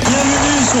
Bienvenue sur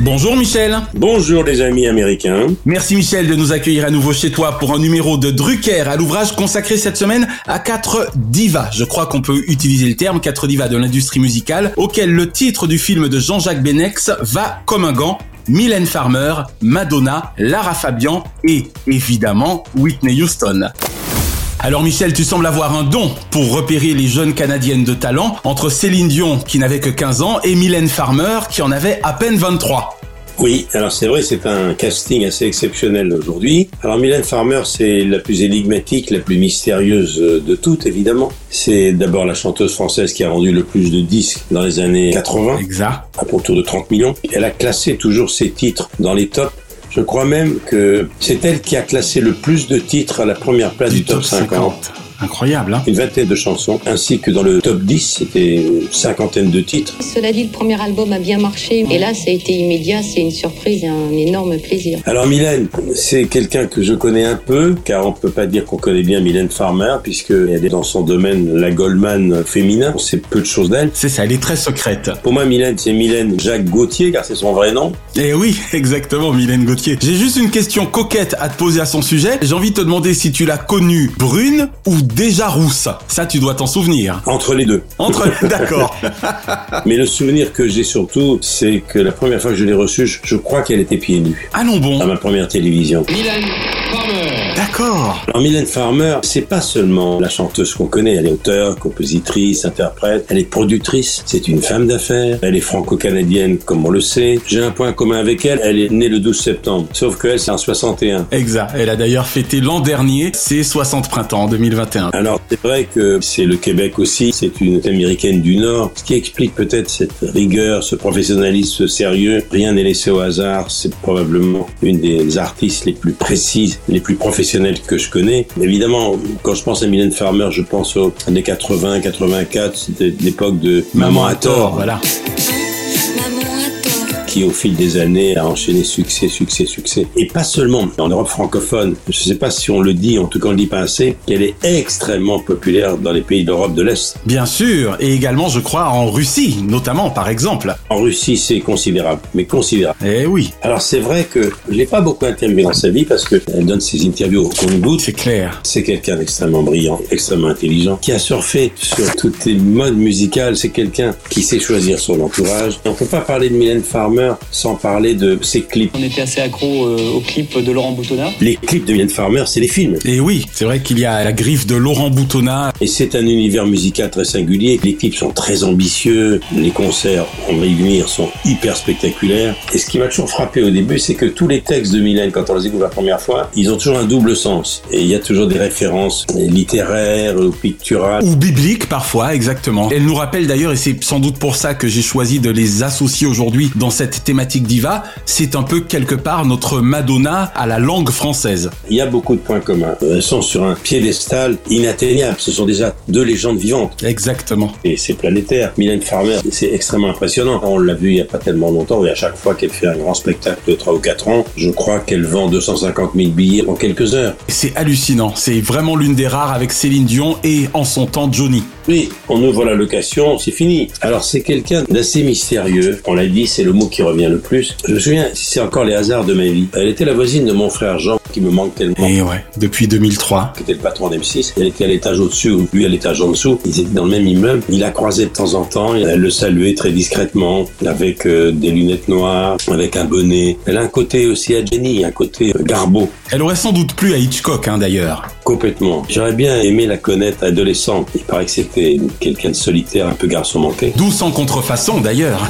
Bonjour Michel. Bonjour les amis américains. Merci Michel de nous accueillir à nouveau chez toi pour un numéro de Drucker à l'ouvrage consacré cette semaine à quatre divas. Je crois qu'on peut utiliser le terme quatre divas de l'industrie musicale auquel le titre du film de Jean-Jacques Benex va comme un gant. Mylène Farmer, Madonna, Lara Fabian et évidemment Whitney Houston. Alors Michel, tu sembles avoir un don pour repérer les jeunes Canadiennes de talent entre Céline Dion qui n'avait que 15 ans et Mylène Farmer qui en avait à peine 23. Oui, alors c'est vrai, c'est un casting assez exceptionnel aujourd'hui. Alors Mylène Farmer, c'est la plus énigmatique, la plus mystérieuse de toutes, évidemment. C'est d'abord la chanteuse française qui a vendu le plus de disques dans les années 80, Exact. à contour de 30 millions. Elle a classé toujours ses titres dans les tops. Je crois même que c'est elle qui a classé le plus de titres à la première place du, top 50. Incroyable, hein Une vingtaine de chansons, ainsi que dans le top 10, c'était une cinquantaine de titres. Cela dit, le premier album a bien marché. Et là, ça a été immédiat, c'est une surprise et un énorme plaisir. Alors Mylène, c'est quelqu'un que je connais un peu, car on peut pas dire qu'on connaît bien Mylène Farmer, puisqu'elle est dans son domaine la Goldman féminin, on sait peu de choses d'elle. C'est ça, elle est très secrète. Pour moi, Mylène, c'est Mylène Jacques Gauthier, car c'est son vrai nom. Eh oui, exactement, Mylène Gauthier. J'ai juste une question coquette à te poser à son sujet. J'ai envie de te demander si tu l'as connue brune ou déjà rousse. Ça, tu dois t'en souvenir. Entre les deux. Entre, d'accord. Mais le souvenir que j'ai surtout, c'est que la première fois que je l'ai reçue, je- je crois qu'elle était pieds nus, Allons à bon. ma première télévision. Mylène Farmer. D'accord. Alors Mylène Farmer, c'est pas seulement la chanteuse qu'on connaît, elle est auteure, compositrice, interprète, elle est productrice, c'est une femme d'affaires, elle est franco-canadienne comme on le sait. J'ai un point commun avec elle, elle est née le 12 septembre, sauf qu'elle c'est en 61. Exact. Elle a d'ailleurs fêté l'an dernier ses 60 printemps en 2021. Alors c'est vrai que c'est le Québec aussi, c'est une américaine du Nord, ce qui explique peut-être cette rigueur, ce professionnalisme, ce sérieux. Rien n'est laissé au hasard, c'est probablement une des artistes les plus précises, les plus professionnelles que je connais. Évidemment, quand je pense à Mylène Farmer, je pense aux années 80, 84, c'était l'époque de Maman à tort, voilà. hein. qui au fil des années a enchaîné succès, succès, succès. Et pas seulement en Europe francophone. Je sais pas si on le dit, en tout cas on le dit pas assez, qu'elle est extrêmement populaire dans les pays d'Europe de l'Est. Bien sûr, et également, je crois, en Russie, notamment, par exemple. En Russie, c'est considérable, mais considérable. Eh oui, Alors c'est vrai que je l'ai pas beaucoup interviewé dans sa vie parce qu'elle donne ses interviews au compte-goutte. c'est clair. C'est quelqu'un d'extrêmement brillant, extrêmement intelligent, qui a surfé sur toutes les modes musicales. C'est quelqu'un qui sait choisir son entourage. On peut pas parler de Mylène Farmer sans parler de ses clips. On était assez accro euh, au clip de Laurent Boutonnat. Les clips de Mylène Farmer, c'est les films. Et Eh oui, c'est vrai qu'il y a la griffe de Laurent Boutonnat. Et c'est un univers musical très singulier. Les clips sont très ambitieux. Les concerts, on va y venir, sont hyper spectaculaires. Et ce qui m'a toujours frappé au début, c'est que tous les textes de Mylène, quand on les écoute la première fois, ils ont toujours un double sens. Et il y a toujours des références littéraires ou picturales. Ou biblique parfois, exactement. Elle nous rappelle d'ailleurs, et c'est sans doute pour ça que j'ai choisi de les associer aujourd'hui dans cette thématique diva, c'est un peu quelque part notre Madonna à la langue française. Il y a beaucoup de points communs. Euh, Elles sont sur un piédestal inatteignable. Ce sont déjà deux légendes vivantes. Exactement. et c'est planétaire. Mylène Farmer, c'est extrêmement impressionnant. On l'a vu il n'y a pas tellement longtemps, et à chaque fois qu'elle fait un grand spectacle de 3 ou 4 ans, je crois qu'elle vend 250 000 billets en quelques heures. C'est hallucinant, c'est vraiment l'une des rares avec Céline Dion et en son temps Johnny. Oui, on ouvre la location, c'est fini. Alors c'est quelqu'un d'assez mystérieux. On l'a dit, c'est le mot qui revient le plus. Je me souviens, c'est encore les hasards de ma vie. Elle était la voisine de mon frère Jean, qui me manque tellement. Et ouais, depuis 2003. qui était le patron d'M6. Elle était à l'étage au-dessus, ou lui à l'étage en dessous. Ils étaient dans le même immeuble. Il la croisait de temps en temps. et Elle le saluait très discrètement, avec euh, des lunettes noires, avec un bonnet. Elle a un côté aussi à Jenny, un côté euh, garbo, Elle aurait sans doute plu à Hitchcock, hein, d'ailleurs. complètement. J'aurais bien aimé la connaître adolescente. Il paraît que c'était quelqu'un de solitaire, un peu garçon manqué. D'où sans contrefaçon, d'ailleurs.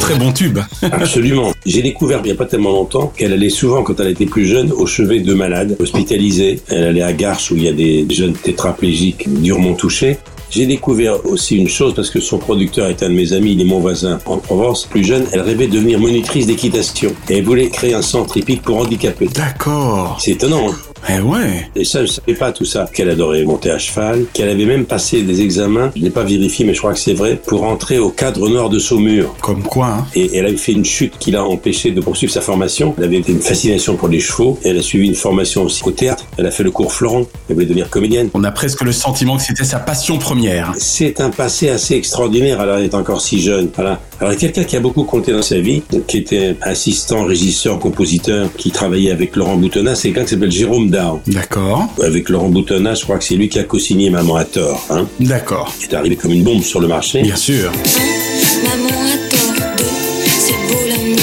Très bon tube. Absolument. J'ai découvert il n'y a pas tellement longtemps qu'elle allait souvent, quand elle était plus jeune, au chevet de malades, hospitalisés. Elle allait à Garches où il y a des jeunes tétraplégiques durement touchés. J'ai découvert aussi une chose parce que son producteur est un de mes amis, il est mon voisin en Provence. Plus jeune, elle rêvait de devenir monitrice d'équitation et elle voulait créer un centre hippique pour handicapés. D'accord. C'est étonnant, hein Eh ouais. et ça, je savais pas tout ça. Qu'elle adorait monter à cheval, qu'elle avait même passé des examens, je n'ai pas vérifié, mais je crois que c'est vrai, pour entrer au cadre nord de Saumur. Comme quoi, hein. Et elle avait fait une chute qui l'a empêchée de poursuivre sa formation. Elle avait une fascination pour les chevaux. Elle a suivi une formation aussi au théâtre. Elle a fait le cours Florent. Elle voulait devenir comédienne. On a presque le sentiment que c'était sa passion première. C'est un passé assez extraordinaire. Alors, elle est encore si jeune. Voilà. Alors, quelqu'un qui a beaucoup compté dans sa vie, qui était assistant, régisseur, compositeur, qui travaillait avec Laurent Boutonnat, c'est quelqu'un qui s'appelle Jérôme Dao. D'accord. Avec Laurent Boutonnat, je crois que c'est lui qui a co-signé Maman à tort, hein, D'accord. qui est arrivé comme une bombe sur le marché. Bien sûr. Maman a tort de c'est beau l'amour.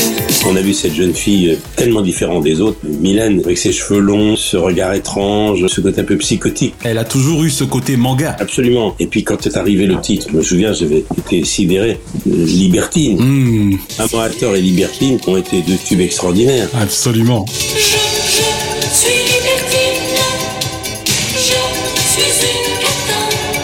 On a vu cette jeune fille euh, tellement différente des autres, Mylène, avec ses cheveux longs, ce regard étrange, ce côté un peu psychotique. Elle a toujours eu ce côté manga. Absolument. Et puis quand est arrivé le titre, je me souviens, j'avais été sidéré. Euh, Libertine. Hmm, Amorator et Libertine ont été deux tubes extraordinaires. absolument. Je, je suis libertine. Je suis une catin.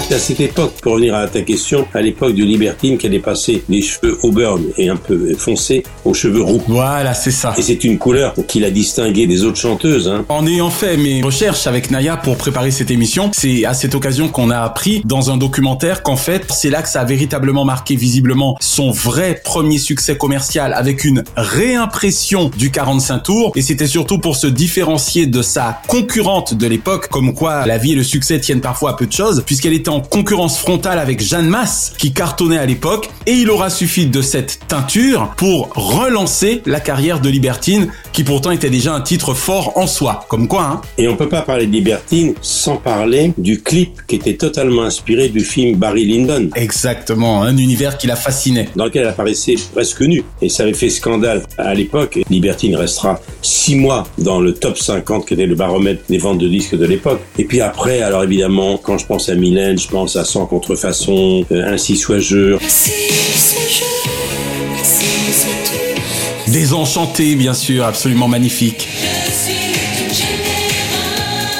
C'est à cette époque, pour revenir à ta question, à l'époque de Libertine qu'elle est passée des cheveux auburn et un peu foncés aux cheveux roux. Voilà, c'est ça. Et c'est une couleur qui l'a distinguée des autres chanteuses. Hein. En ayant fait mes recherches avec Naya pour préparer cette émission, c'est à cette occasion qu'on a appris dans un documentaire qu'en fait, c'est là que ça a véritablement marqué visiblement son vrai premier succès commercial avec une réimpression du 45 tours et c'était surtout pour se différencier de sa concurrente de l'époque, comme quoi la vie et le succès tiennent parfois à peu de choses, puisqu'elle était en concurrence frontale avec Jeanne Masse qui cartonnait à l'époque et il aura suffi de cette teinture pour relancer la carrière de Libertine qui pourtant était déjà un titre fort en soi, comme quoi hein. Et on peut pas parler de Libertine sans parler du clip qui était totalement inspiré du film Barry Lyndon. Exactement, un univers qui la fascinait. dans lequel elle apparaissait presque nue. Et ça avait fait scandale à l'époque. Et Libertine restera six mois dans le top 50 qui était le baromètre des ventes de disques de l'époque. Et puis après, alors évidemment, quand je pense à Mylène, je pense à Sans Contrefaçon, euh, Ainsi Sois-je. Si c'est je, si c'est tu, Désenchanté, bien sûr, absolument magnifique. je suis une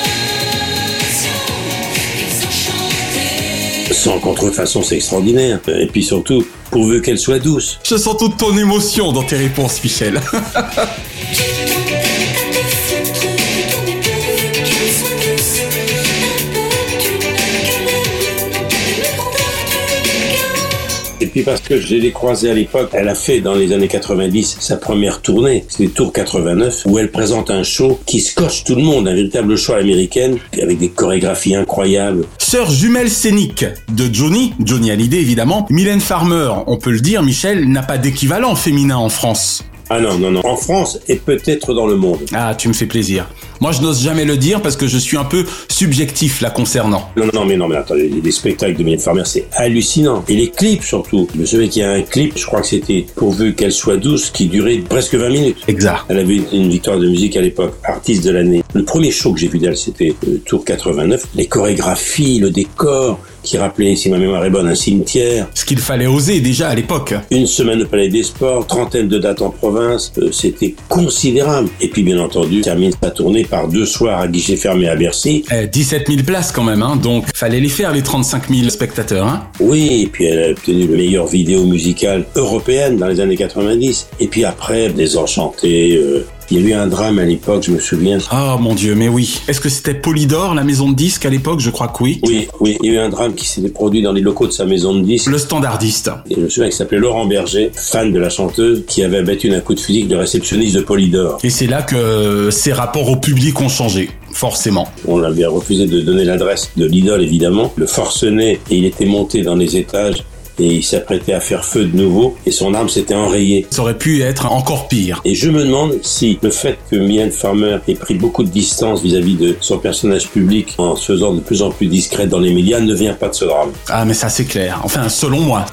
génération désenchantée. Sans Contrefaçon, c'est extraordinaire. Euh, Et puis surtout, pourvu qu'elle soit douce. Je sens toute ton émotion dans tes réponses, Michel. Tu as des filtres, tu as des perruques, qui sont douces. Un peu, tu n'as qu'à la lune, mais qu'on perd du Et puis parce que je l'ai croisée à l'époque, elle a fait dans les années 90 sa première tournée, c'était Tour 89, où elle présente un show qui scotche tout le monde, un véritable show à l'américaine, avec des chorégraphies incroyables. Sœur jumelle scénique de Johnny, Johnny Hallyday évidemment, Mylène Farmer, on peut le dire, Michel, n'a pas d'équivalent féminin en France. Ah non, non, non. En France et peut-être dans le monde. Ah, tu me fais plaisir. Moi, je n'ose jamais le dire parce que je suis un peu subjectif la concernant. Non, non, non, mais non, mais attendez, les, les spectacles de Mylène Farmer, c'est hallucinant. Et les clips surtout. Je me souviens qu'il y a un clip, je crois que c'était pourvu qu'elle soit douce, qui durait presque 20 minutes. Exact. Elle avait une victoire de musique à l'époque, artiste de l'année. Le premier show que j'ai vu d'elle, c'était euh, Tour 89. Les chorégraphies, le décor, qui rappelait, si ma mémoire est bonne, un cimetière. Ce qu'il fallait oser déjà à l'époque. Une semaine au Palais des Sports, trentaine de dates en province, euh, c'était considérable. Et puis, bien entendu, termine sa tournée par deux soirs à guichet fermé à Bercy. Eh, 17 000 places quand même, hein, donc fallait les faire les 35 000 spectateurs. Hein. Oui, et puis elle a obtenu le meilleur vidéo musicale européenne dans les années 90. Et puis après, Désenchanté, euh, il y a eu un drame à l'époque, je me souviens. Ah mon dieu, mais oui. Est-ce que c'était Polydor, la maison de disques à l'époque Je crois que oui. Oui, oui, il y a eu un drame qui s'était produit dans les locaux de sa maison de disques. Le standardiste. Et je me souviens qu'il s'appelait Laurent Berger, fan de la chanteuse, qui avait abattu d'un coup de fusil le réceptionniste de Polydor. Et c'est là que euh, ses rapports au public ont changé. forcément. On lui a refusé de donner l'adresse de l'idole, évidemment. Le forcené, et il était monté dans les étages et il s'apprêtait à faire feu de nouveau et son arme s'était enrayée. Ça aurait pu être encore pire. Et je me demande si le fait que Mylène Farmer ait pris beaucoup de distance vis-à-vis de son personnage public en se faisant de plus en plus discrète dans les médias ne vient pas de ce drame. Ah, mais ça c'est clair. Enfin, selon moi.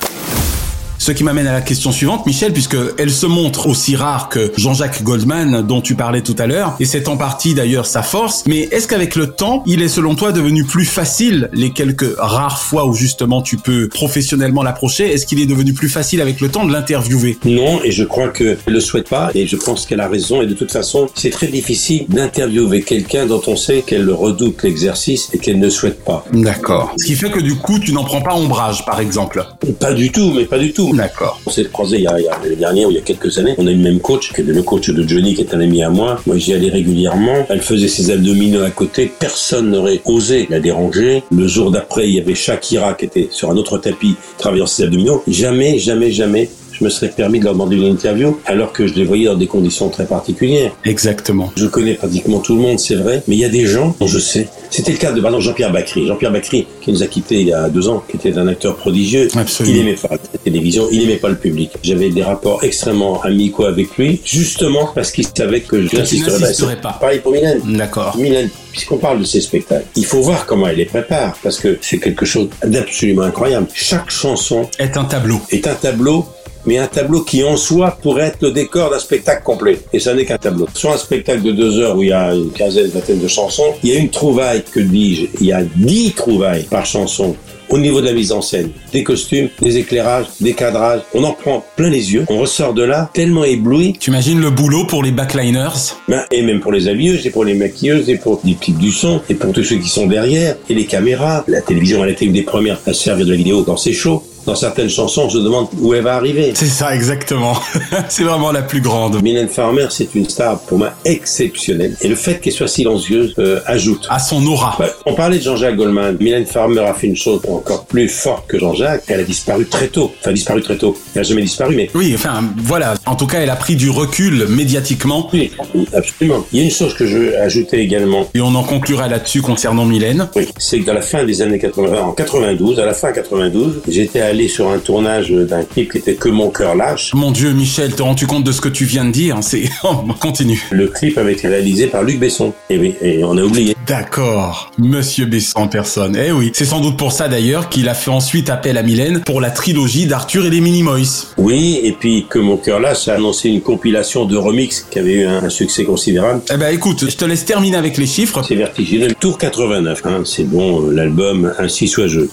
Ce qui m'amène à la question suivante, Michel, puisque elle se montre aussi rare que Jean-Jacques Goldman, dont tu parlais tout à l'heure, et c'est en partie d'ailleurs sa force, mais est-ce qu'avec le temps, il est selon toi devenu plus facile, les quelques rares fois où justement tu peux professionnellement l'approcher, est-ce qu'il est devenu plus facile avec le temps de l'interviewer Non, et je crois qu'elle ne le souhaite pas, et je pense qu'elle a raison, et de toute façon, c'est très difficile d'interviewer quelqu'un dont on sait qu'elle redoute l'exercice et qu'elle ne souhaite pas. D'accord. Ce qui fait que du coup, tu n'en prends pas ombrage, par exemple. Pas du tout, mais pas du tout. D'accord. On s'est croisés il y a, il y a- l'année dernière ou il y a quelques années. On a eu le même coach, que le coach de Johnny, qui est un ami à moi. Moi, j'y allais régulièrement. Elle faisait ses abdominaux à côté. Personne n'aurait osé la déranger. Le jour d'après, il y avait Shakira qui était sur un autre tapis, travaillant ses abdominaux. Jamais, jamais, jamais. Je me serais permis de leur demander une interview alors que je les voyais dans des conditions très particulières. Exactement. Je connais pratiquement tout le monde, c'est vrai, mais il y a des gens dont je sais. C'était le cas de par exemple, Jean-Pierre Bacry. Jean-Pierre Bacry, qui nous a quittés il y a deux ans, qui était un acteur prodigieux. Absolument. Il aimait pas la télévision, il aimait pas le public. J'avais des rapports extrêmement amicaux avec lui, justement parce qu'il savait que je Tu n'assisterais n'assisterais pas. pas. Pareil pour Mylène. D'accord. Mylène, puisqu'on parle de ces spectacles, il faut voir comment elle les prépare, parce que c'est quelque chose d'absolument incroyable. Chaque chanson Est un tableau. est un tableau, mais un tableau qui en soi pourrait être le décor d'un spectacle complet. Et ça n'est qu'un tableau. Sur un spectacle de deux heures où il y a une quinzaine, vingtaine de chansons, il y a une trouvaille, que dis-je, il y a dix trouvailles par chanson. Au niveau de la mise en scène, des costumes, des éclairages, des cadrages, on en prend plein les yeux, on ressort de là tellement ébloui Tu imagines le boulot pour les backliners ben, et même pour les habilleuses, et pour les maquilleuses, et pour les types du son, et pour tous ceux qui sont derrière, et les caméras. La télévision, elle était une des premières à se servir de la vidéo quand c'est chaud. Dans certaines chansons, on se demande où elle va arriver. C'est ça, exactement. c'est vraiment la plus grande. Mylène Farmer, c'est une star pour moi exceptionnelle. Et le fait qu'elle soit silencieuse euh, ajoute. À son aura. Ouais, on parlait de Jean-Jacques Goldman. Mylène Farmer a fait une chose encore plus forte que Jean-Jacques. Elle a disparu très tôt. Enfin, disparu très tôt. Elle n'a jamais disparu, mais Oui, enfin, voilà. En tout cas, elle a pris du recul médiatiquement. oui, absolument. Il y a une chose que je veux ajouter également. Et on en conclura là-dessus concernant Mylène. Oui, c'est que dans la fin des années 80, en 92, à la fin 92, j'étais allé sur un tournage d'un clip qui était Que mon cœur lâche. Mon Dieu, Michel, te rends-tu compte de ce que tu viens de dire C'est... Oh, continue. Le clip avait été réalisé par Luc Besson. Et oui, et on a oublié. D'accord. Monsieur Besson en personne. Eh oui. C'est sans doute pour ça d'ailleurs qu'il a fait ensuite appel à Mylène pour la trilogie d'Arthur et les Minimoys. Oui, et puis Que mon cœur lâche a annoncé une compilation de remix qui avait eu un, un succès considérable. Eh ben, écoute, je te laisse terminer avec les chiffres. C'est vertigineux. Tour 89, hein, c'est bon, euh, l'album Ainsi soit je. Ouais.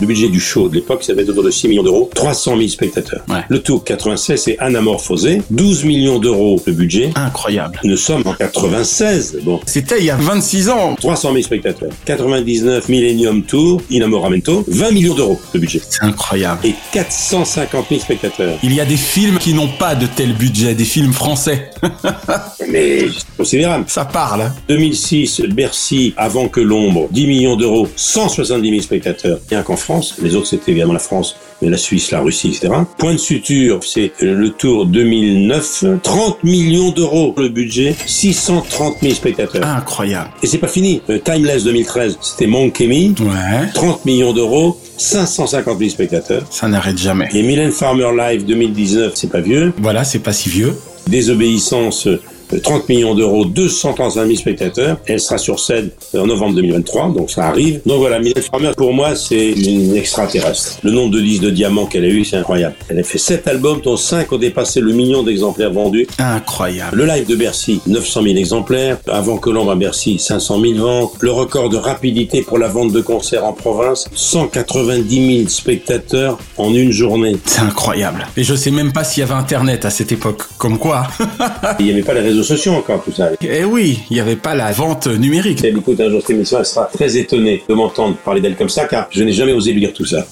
Le budget du show de l'époque, ça va être autour de 6 millions d'euros, 300 000 spectateurs. Ouais. Le tour 96, c'est Anamorphosé, 12 millions d'euros le budget. Incroyable. Nous sommes en 96, bon, C'était il y a 26 ans. 300 000 spectateurs, 99 Millennium Tour, Inamoramento, 20 millions d'euros le budget, C'est incroyable. et 450 000 spectateurs. Il y a des films qui n'ont pas de tel budget, des films français. Mais c'est considérable. Ça parle. hein. 2006, Bercy, avant que l'ombre, 10 millions d'euros, 170 000 spectateurs, rien qu'en France. Les autres, c'était évidemment la France, mais la Suisse, la Russie, etc. Point de suture, c'est euh, le tour 2009, 30 millions d'euros le budget, 630 000 spectateurs. Incroyable. Et c'est pas fini. Euh, Timeless 2013, c'était Monkey Me, Ouais. 30 millions d'euros, 550 000 spectateurs. Ça n'arrête jamais. Et Mylène Farmer Live 2019, c'est pas vieux. Voilà, c'est pas si vieux. Désobéissance, euh, 30 millions d'euros, 235 000 spectateurs. Elle sera sur scène euh, en novembre 2023, donc ça arrive. Donc voilà, Mylène Farmer, pour moi, c'est une extraterrestre. Le nombre de disques de diamants qu'elle a eu, c'est incroyable. Elle a fait 7 albums, dont 5 ont dépassé le million d'exemplaires vendus. Incroyable. Le live de Bercy, 900 000 exemplaires. Avant que l'ombre à Bercy, 500 000 ventes. Le record de rapidité pour la vente de concerts en province, 190 000 spectateurs en une journée. C'est incroyable. Et je sais même pas s'il y avait Internet à cette époque. Comme quoi. Il n'y avait pas les réseaux sociaux encore, tout ça. eh oui, il n'y avait pas la vente Si numérique. elle écoute un jour cette émission, elle sera très étonnée de m'entendre parler d'elle comme ça, car je n'ai jamais osé lui dire tout ça.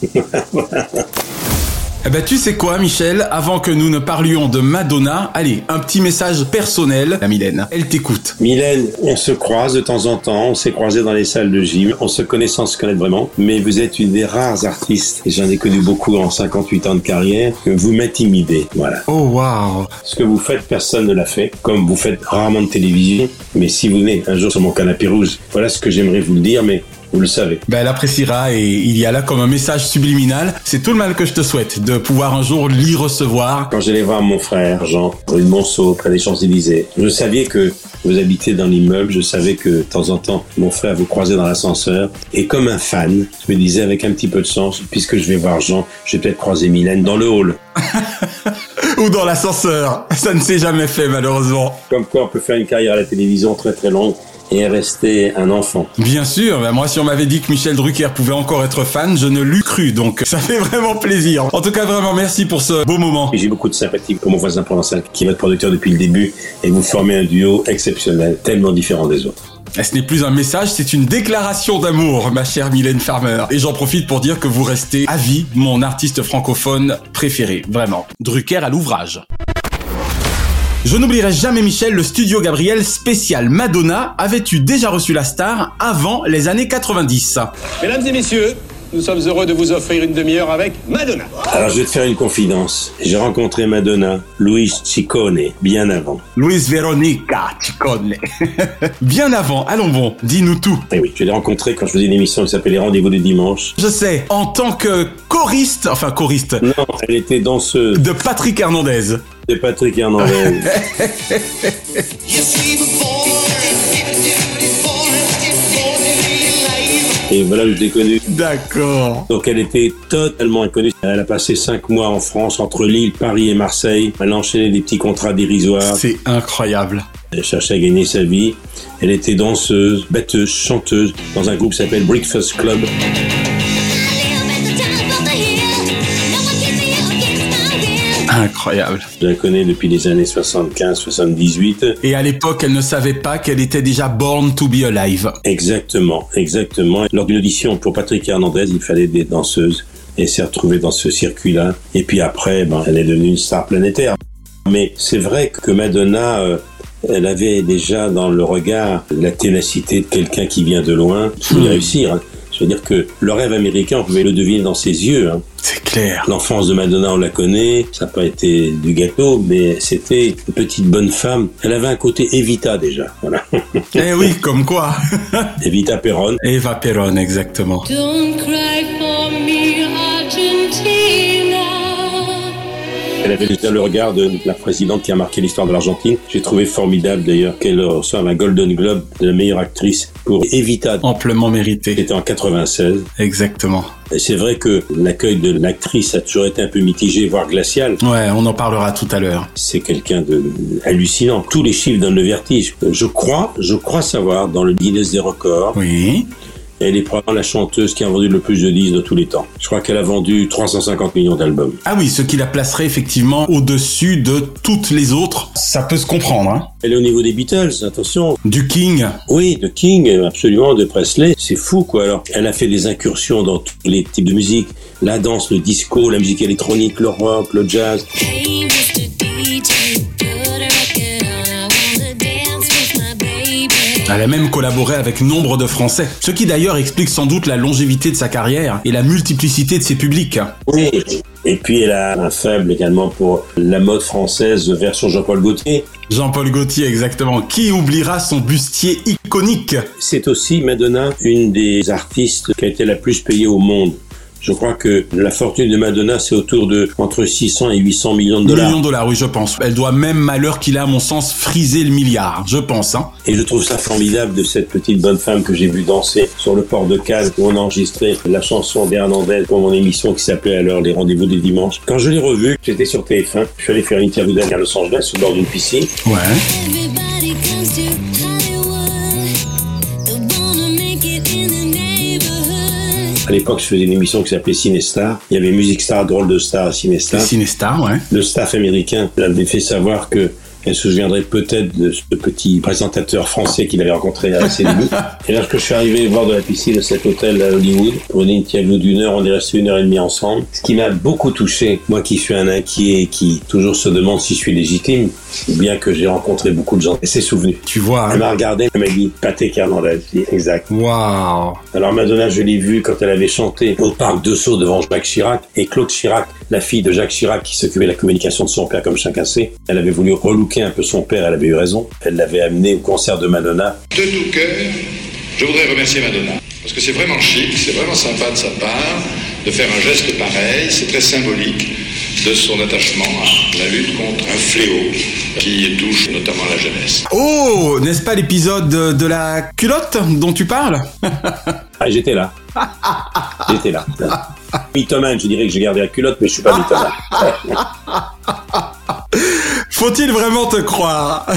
Eh ben tu sais quoi Michel, avant que nous ne parlions de Madonna, allez, un petit message personnel à Mylène. Elle t'écoute. Mylène, on se croise de temps en temps, on s'est croisés dans les salles de gym, on se connaît sans se connaître vraiment, mais vous êtes une des rares artistes, et j'en ai connu beaucoup en 58 ans de carrière, que vous m'intimidez, voilà. Oh waouh Ce que vous faites, personne ne l'a fait, comme vous faites rarement de télévision, mais si vous venez un jour sur mon canapé rouge, voilà ce que j'aimerais vous le dire, mais vous le savez. Ben, elle appréciera et il y a là comme un message subliminal. C'est tout le mal que je te souhaite de pouvoir un jour l'y recevoir. Quand j'allais voir mon frère Jean, rue de Monceau, près des Champs-Élysées, je savais que vous habitez dans l'immeuble, je savais que de temps en temps, mon frère vous croisait dans l'ascenseur. Et comme un fan, je me disais avec un petit peu de sens, puisque je vais voir Jean, je vais peut-être croiser Mylène dans le hall. Ou dans l'ascenseur. Ça ne s'est jamais fait malheureusement. Comme quoi, on peut faire une carrière à la télévision très très longue et rester un enfant. Bien sûr, bah moi si on m'avait dit que Michel Drucker pouvait encore être fan, je ne l'eus cru, donc euh, ça fait vraiment plaisir. En tout cas, vraiment merci pour ce beau moment. Et J'ai beaucoup de sympathie pour mon voisin provençal qui est votre producteur depuis le début et vous formez un duo exceptionnel, tellement différent des autres. Et Eh, ce n'est plus un message, c'est une déclaration d'amour, ma chère Mylène Farmer. Et j'en profite pour dire que vous restez à vie mon artiste francophone préféré, vraiment. Drucker à l'ouvrage. Je n'oublierai jamais Michel, le studio Gabriel spécial Madonna avait tu déjà reçu la star avant les années 90. Mesdames et messieurs, nous sommes heureux de vous offrir une demi-heure avec Madonna. Alors je vais te faire une confidence. J'ai rencontré Madonna, Louis Ciccone, bien avant. Luis Veronica Ciccone. ah, Bien avant, allons bon, dis-nous tout. Et Eh oui, je l'ai rencontré quand je faisais une émission qui s'appelait Les Rendez-vous du Dimanche. Je sais, en tant que choriste, enfin choriste, Non, elle était danseuse de Patrick Hernandez. de Patrick Hernandez. Et voilà, je l'ai connue. D'accord. Donc elle était totalement inconnue. Elle a passé cinq mois en France, entre Lille, Paris et Marseille. Elle a enchaîné des petits contrats dérisoires. C'est incroyable. Elle cherchait à gagner sa vie. Elle était danseuse, batteuse, chanteuse dans un groupe qui s'appelle Breakfast Club. Incroyable. Je la connais depuis les années 75-78. Et à l'époque, elle ne savait pas qu'elle était déjà born to be alive. Exactement, exactement. Lors d'une audition pour Patrick Hernandez, il fallait des danseuses et elle s'est retrouvée dans ce circuit-là. Et puis après, ben, elle est devenue une star planétaire. Mais c'est vrai que Madonna, euh, elle avait déjà dans le regard la ténacité de quelqu'un qui vient de loin. Il faut y réussir. hein. Je veux dire que le rêve américain, on pouvait le deviner dans ses yeux. hein. C'est clair. L'enfance de Madonna, on la connaît. Ça n'a pas été du gâteau, mais c'était une petite bonne femme. Elle avait un côté Evita déjà. Voilà. Eh oui, comme quoi. Evita Perron. Eva Perron, exactement. Don't cry for me, Argentina. Elle avait déjà le regard de la présidente qui a marqué l'histoire de l'Argentine. J'ai trouvé formidable d'ailleurs qu'elle reçoive un Golden Globe de la meilleure actrice pour Evita. Amplement méritée. C'était en 96. Exactement. Et c'est vrai que l'accueil de l'actrice a toujours été un peu mitigé, voire glacial. Ouais, on en parlera tout à l'heure. C'est quelqu'un de hallucinant. Tous les chiffres donnent le vertige. Je crois, je crois savoir dans le Guinness des records, Oui. elle est probablement la chanteuse qui a vendu le plus de disques de tous les temps. Je crois qu'elle a vendu 350 millions d'albums. Ah oui, ce qui la placerait effectivement au-dessus de toutes les autres. Ça peut se comprendre, hein. Elle est au niveau des Beatles, attention. Du King. Oui, de King, euh, absolument, de Presley. C'est fou, quoi. Alors, elle a fait des incursions dans tous les types de musique. La danse, le disco, la musique électronique, le rock, le jazz. Hey, Mr. DJ, put a record on. I wanna dance with my baby. Elle a même collaboré avec nombre de Français. Ce qui d'ailleurs explique sans doute la longévité de sa carrière et la multiplicité de ses publics. Oui. Et puis, elle a un faible également pour la mode française version Jean-Paul Gaultier. Jean-Paul Gaultier, exactement. Qui oubliera son bustier iconique C'est aussi Madonna, une des artistes qui a été la plus payée au monde. Je crois que la fortune de Madonna, c'est autour de entre 600 et 800 millions de dollars. Millions de dollars, oui, je pense. Elle doit même, malheur qu'il a, à mon sens, friser le milliard, je pense. Hein. Et je trouve ça formidable de cette petite bonne femme que j'ai vue danser sur le port de Cannes où on a enregistré la chanson d'Hernandez pour mon émission qui s'appelait alors Les Rendez-vous du Dimanche. Quand je l'ai revue, j'étais sur TF1, je suis allé faire une interview d'elle à Los Angeles au bord d'une piscine. Ouais. Everybody comes to Hollywood. They wanna make it in the neighborhood. À l'époque, je faisais une émission qui s'appelait Cinestar. Il y avait Music Star, Drôle de Star, Cinestar. Cinestar, ouais. Le staff américain l'avait fait savoir que Elle se souviendrait peut-être de ce petit présentateur français qu'il avait rencontré à ses débuts. Et lorsque je suis arrivé voir de la piscine de cet hôtel à Hollywood, pour une interview d'une heure, on est resté une heure et demie ensemble. Ce qui m'a beaucoup touché, moi qui suis un inquiet et qui toujours se demande si je suis légitime, bien que j'ai rencontré beaucoup de gens, et s'est souvenu. Tu vois, hein. Elle m'a regardé, Ah, elle m'a dit Patek Hernandez. Je dis, Exact. Waouh. Alors Madonna, je l'ai vue quand elle avait chanté au parc de Sceaux devant Jacques Chirac et Claude Chirac, la fille de Jacques Chirac qui s'occupait de la communication de son père comme chacun sait. Elle avait voulu relooker un peu son père, elle avait eu raison. Elle l'avait amené au concert de Madonna. De tout cœur, je voudrais remercier Madonna. Parce que c'est vraiment chic, c'est vraiment sympa de sa part de faire un geste pareil. C'est très symbolique de son attachement à la lutte contre un fléau qui touche notamment la jeunesse. Oh, n'est-ce pas l'épisode de, de la culotte dont tu parles Ah, j'étais là. J'étais là. Mythomane, je dirais que j'ai gardé la culotte, mais je suis pas mythomane. Faut-il vraiment te croire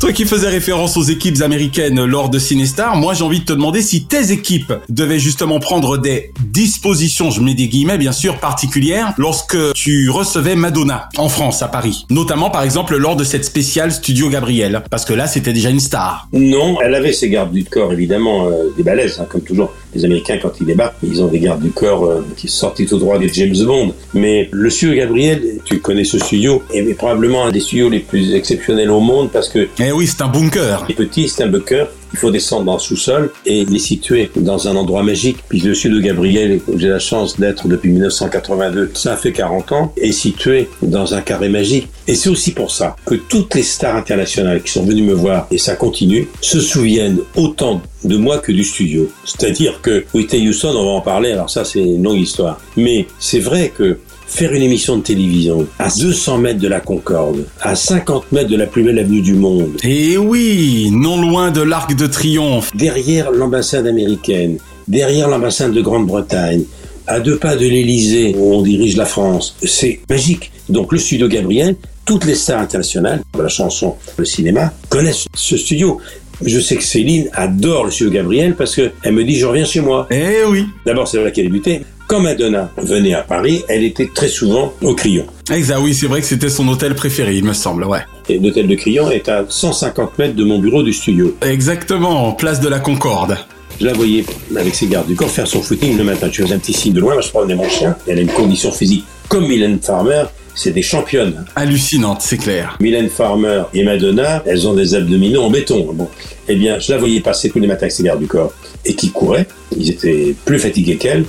Toi qui faisais référence aux équipes américaines lors de Cinestar, moi j'ai envie de te demander si tes équipes devaient justement prendre des dispositions, je mets des guillemets bien sûr, particulières lorsque tu recevais Madonna en France, à Paris. Notamment par exemple lors de cette spéciale Studio Gabriel, parce que là c'était déjà une star. Non, elle avait ses gardes du corps, évidemment, euh, des balaises, hein, comme toujours. Les Américains, quand ils débarquent, ils ont des gardes du corps euh, qui sortent tout droit des James Bond. Mais le studio Gabriel, tu connais ce studio, est probablement un des studios les plus exceptionnels au monde parce que Eh oui, c'est un bunker. les petits, c'est un bunker. Il faut descendre dans le sous-sol et les situer dans un endroit magique. Puis le sud de Gabriel, où j'ai la chance d'être depuis 1982, ça fait 40 ans, est situé dans un carré magique. Et c'est aussi pour ça que toutes les stars internationales qui sont venues me voir, et ça continue, se souviennent autant de moi que du studio. C'est-à-dire que Whitney Houston, on va en parler, alors ça c'est une longue histoire. Mais c'est vrai que Faire une émission de télévision à 200 mètres de la Concorde, à 50 mètres de la plus belle avenue du monde, Eh oui, non loin de l'Arc de Triomphe. derrière l'ambassade américaine, derrière l'ambassade de Grande-Bretagne, à deux pas de l'Élysée où on dirige la France. C'est magique. Donc le studio Gabriel, toutes les stars internationales, la chanson, le cinéma, connaissent ce studio. Je sais que Céline adore le studio Gabriel parce qu'elle me dit je reviens chez moi. Eh oui, D'abord c'est là qu'elle débutait. Quand Madonna venait à Paris, elle était très souvent au Crillon. exact, oui, c'est vrai que c'était son hôtel préféré, il me semble, ouais. Et l'hôtel de Crillon est à 150 mètres de mon bureau du studio. Exactement, place de la Concorde. Je la voyais avec ses gardes du corps faire son footing le matin. Tu faisais un petit signe de loin, moi je prenais mon chien. Elle a une condition physique comme Mylène Farmer, c'est des championnes. Hallucinante, c'est clair. Mylène Farmer et Madonna, elles ont des abdominaux en béton. Bon, eh bien, je la voyais passer tous les matins avec ses gardes du corps et qui couraient. Ils étaient plus fatigués qu'elle.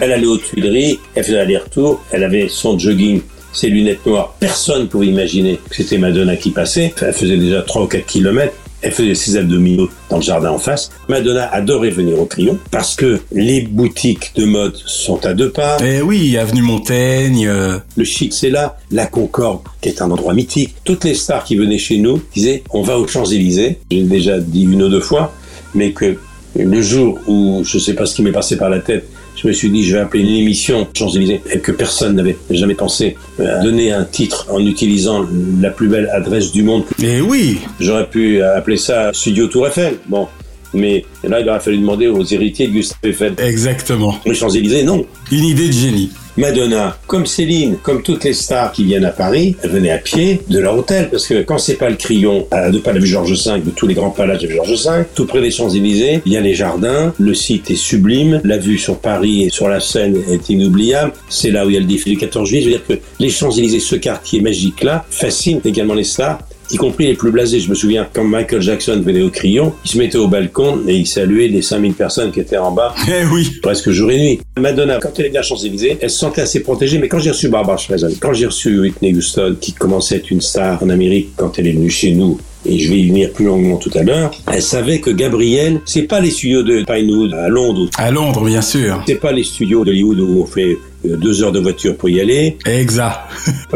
elle allait aux Tuileries, elle faisait aller-retour, elle avait son jogging. Ses lunettes noires, personne pouvait imaginer que c'était Madonna qui passait. Elle faisait déjà 3 ou 4 kilomètres. Elle faisait ses abdominaux dans le jardin en face. Madonna adorait venir au Crillon parce que les boutiques de mode sont à deux pas. Eh oui, avenue Montaigne. euh, Le chic, c'est là. La Concorde, qui est un endroit mythique. Toutes les stars qui venaient chez nous disaient, on va aux Champs-Élysées. J'ai déjà dit une ou deux fois, mais que le jour où, je sais pas ce qui m'est passé par la tête, je me suis dit, je vais appeler une émission Champs-Élysées, et que personne n'avait jamais pensé euh, à donner un titre en utilisant la plus belle adresse du monde. Eh oui, J'aurais pu appeler ça Studio Tour Eiffel. Bon. Mais là, il aurait fallu demander aux héritiers de Gustave Eiffel. exactement. Les Champs-Élysées, non. Une idée de génie. Madonna, comme Céline, comme toutes les stars qui viennent à Paris, elles venaient à pied de leur hôtel parce que quand c'est pas le Crillon, à deux pas de la Georges V, de tous les grands palaces de Georges V, tout près des Champs-Élysées, il y a les jardins, le site est sublime, la vue sur Paris et sur la Seine est inoubliable, c'est là où il y a le défi du 14 juillet, je veux dire que les Champs-Élysées, ce quartier magique là, fascine également les stars y compris les plus blasés. Je me souviens, quand Michael Jackson venait au Crillon, il se mettait au balcon et il saluait les 5000 personnes qui étaient en bas Eh oui, presque jour et nuit. Madonna, quand elle est bien Champs-Élysées, elle se sentait assez protégée, mais quand j'ai reçu Barbara Streisand, quand j'ai reçu Whitney Houston, qui commençait à être une star en Amérique quand elle est venue chez nous, et je vais y venir plus longuement tout à l'heure, elle savait que Gabriel, c'est pas les studios de Pinewood à Londres, ou à Londres, bien sûr. c'est pas les studios d'Hollywood où on fait euh, deux heures de voiture pour y aller, euh, Exact.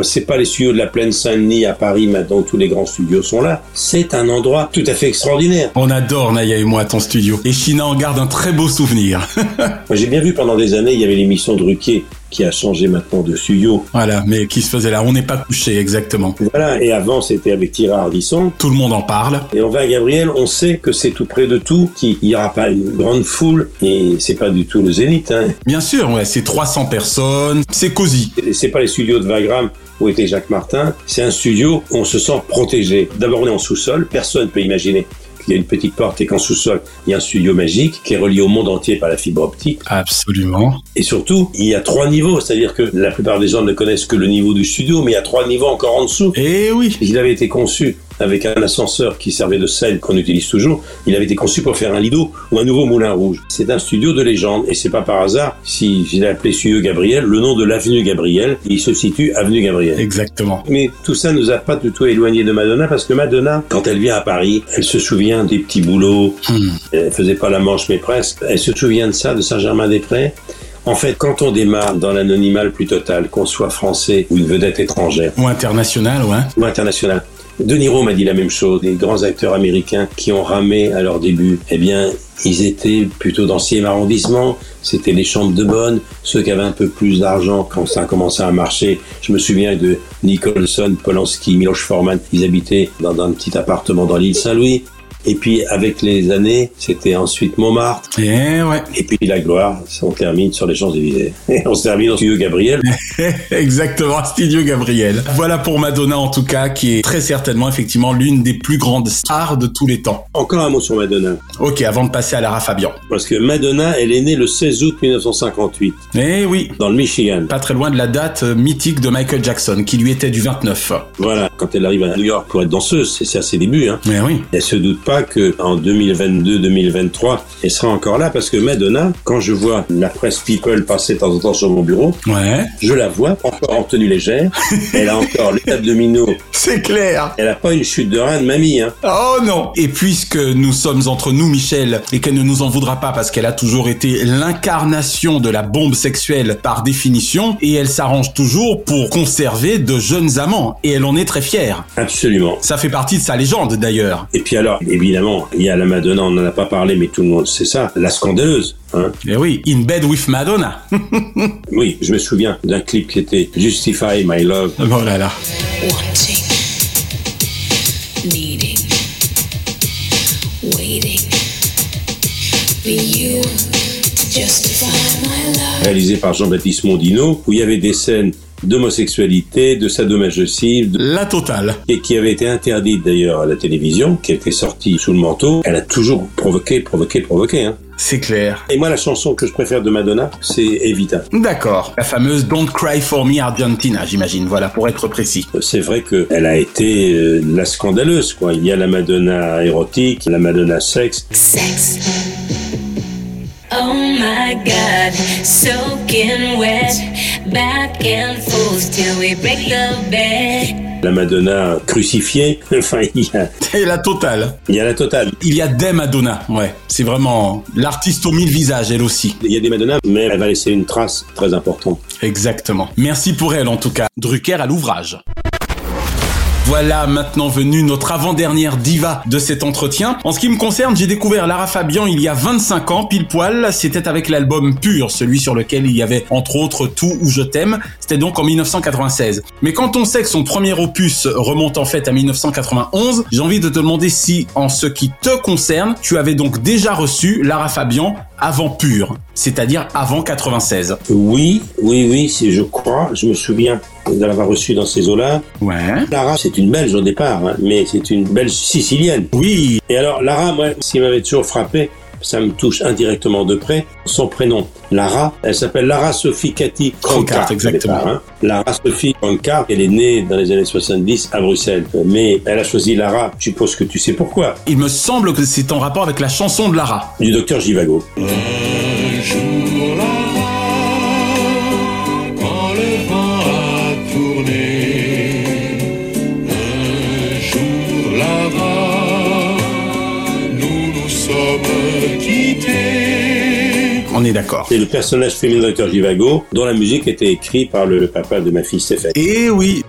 c'est pas les studios de la plaine Saint-Denis à Paris maintenant où tous les grands studios sont là, c'est un endroit tout à fait extraordinaire. On adore, Naya et moi, ton studio. Et China en garde un très beau souvenir. Moi j'ai bien vu pendant des années, il y avait l'émission Druquier qui a changé maintenant de studio, voilà, mais qui se faisait là. On n'est pas couché, exactement. Voilà, et avant c'était avec Thierry Ardisson. Tout le monde en parle. Et on va à Gabriel, on sait que c'est tout près de tout, qu'il n'y aura pas une grande foule, et c'est pas du tout le zénith. Hein. Bien sûr, ouais, c'est 300 personnes. C'est cosy. Et C'est pas les studios de Wagram où était Jacques Martin. C'est un studio où on se sent protégé. D'abord, on est en sous-sol. Personne ne peut imaginer qu'il y a une petite porte et qu'en sous-sol, il y a un studio magique qui est relié au monde entier par la fibre optique. Absolument. Et surtout, il y a trois niveaux. C'est-à-dire que la plupart des gens ne connaissent que le niveau du studio, mais il y a trois niveaux encore en dessous. Et Eh oui. Il avait été conçu avec un ascenseur qui servait de selle qu'on utilise toujours. Il avait été conçu pour faire un lido ou un nouveau moulin rouge. C'est un studio de légende et c'est pas par hasard si j'ai appelé studio Gabriel le nom de l'avenue Gabriel. Il se situe avenue Gabriel. Exactement. Mais tout ça nous a pas du tout éloigné de Madonna parce que Madonna, quand elle vient à Paris, elle se souvient des petits boulots. Hmm. Elle faisait pas la manche mais presque. Elle se souvient de ça, de Saint-Germain-des-Prés. En fait, quand on démarre dans l'anonymat le plus total, qu'on soit français ou une vedette étrangère, Ou international, ouais. ou international. De Niro m'a dit la même chose. Les grands acteurs américains qui ont ramé à leur début, eh bien, ils étaient plutôt dans le 6e arrondissement. C'était les chambres de bonne, ceux qui avaient un peu plus d'argent quand ça a commencé à marcher. Je me souviens de Nicholson, Polanski, Miloš Forman. Ils habitaient dans un petit appartement dans l'île Saint-Louis. Et puis, avec les années, c'était ensuite Montmartre. Et Eh ouais. Et puis, la gloire, on termine sur les Champs-Élysées. On se termine au studio Gabriel. Exactement, Studio Gabriel. Voilà pour Madonna en tout cas, qui est très certainement effectivement l'une des plus grandes stars de tous les temps. Encore un mot sur Madonna. Ok, avant de passer à Lara Fabian. Parce que Madonna, elle est née le 16 août 1958, Eh oui, dans le Michigan. pas très loin de la date euh, mythique de Michael Jackson, qui lui était du 29. Voilà, quand elle arrive à New York pour être danseuse, c'est c'est à ses débuts, hein. Mais Eh oui. Elle se doute pas que en 2022-2023, elle sera encore là parce que Madonna, quand je vois la presse People passer de temps en temps sur mon bureau, Ouais. je la vois encore en tenue légère. elle a encore les abdominaux. C'est clair. Elle a pas une chute de rein de mamie, hein. Oh non Et puisque nous sommes entre nous, Michel, et qu'elle ne nous en voudra pas parce qu'elle a toujours été l'incarnation de la bombe sexuelle par définition, et elle s'arrange toujours pour conserver de jeunes amants, et elle en est très fière. Absolument. Ça fait partie de sa légende d'ailleurs. Et puis alors, évidemment, il y a la Madonna, on n'en a pas parlé, mais tout le monde sait ça, la scandaleuse, hein. Eh oui, In Bed with Madonna. Oui, je me souviens d'un clip qui était Justify My Love. oh là là. Wanting, needing, waiting for you to justify my love. réalisé par Jean-Baptiste Mondino, où il y avait des scènes d'homosexualité, de sadomasochisme, de... La totale. et qui avait été interdite d'ailleurs à la télévision, qui était sortie sous le manteau. Elle a toujours provoqué, provoqué, provoqué. Hein. C'est clair. Et moi, la chanson que je préfère de Madonna, c'est Evita. D'accord. La fameuse Don't Cry for Me Argentina, j'imagine. Voilà, pour être précis. C'est vrai qu'elle a été euh, la scandaleuse, quoi. Il y a la Madonna érotique, la Madonna sexe. Sex. Oh my god, soaking wet, back and forth till we break the bed. la Madonna crucifiée. Enfin, il y a, Et la totale. il y a la totale. Il y a des Madonna. Ouais. C'est vraiment l'artiste aux mille visages, elle aussi. Il y a des Madonna, mais elle va laisser une trace très importante. Exactement. Merci pour elle en tout cas. Drucker à l'ouvrage. Voilà maintenant venue notre avant-dernière diva de cet entretien. En ce qui me concerne, j'ai découvert Lara Fabian il y a 25 ans, pile poil. C'était avec l'album Pur, celui sur lequel il y avait entre autres Tout ou Je t'aime. C'était donc en 1996. Mais quand on sait que son premier opus remonte en fait à 1991, j'ai envie de te demander si, en ce qui te concerne, tu avais donc déjà reçu Lara Fabian avant Pur, c'est-à-dire avant 96. Oui, oui, oui, c'est- je crois, je me souviens de l'avoir reçu dans ces eaux-là. Ouais. Lara, c'est une Belge au départ, hein, mais c'est une Belge sicilienne. Oui, Et alors, Lara, moi, ce qui m'avait toujours frappé, ça me touche indirectement de près, son prénom, Lara, elle s'appelle Lara Sophie Cathy Cronkart. Cronkart, exactement. au départ, hein. Lara Sophie Cronkart, elle est née dans les années 70 à Bruxelles. Mais elle a choisi Lara, je suppose que tu sais pourquoi, il me semble que c'est en rapport avec la chanson de Lara. du docteur Givago. On est d'accord. C'est le personnage féminin de Dr. Givago, dont la musique était écrite par le papa de ma fille Stéphanie. Et Eh oui,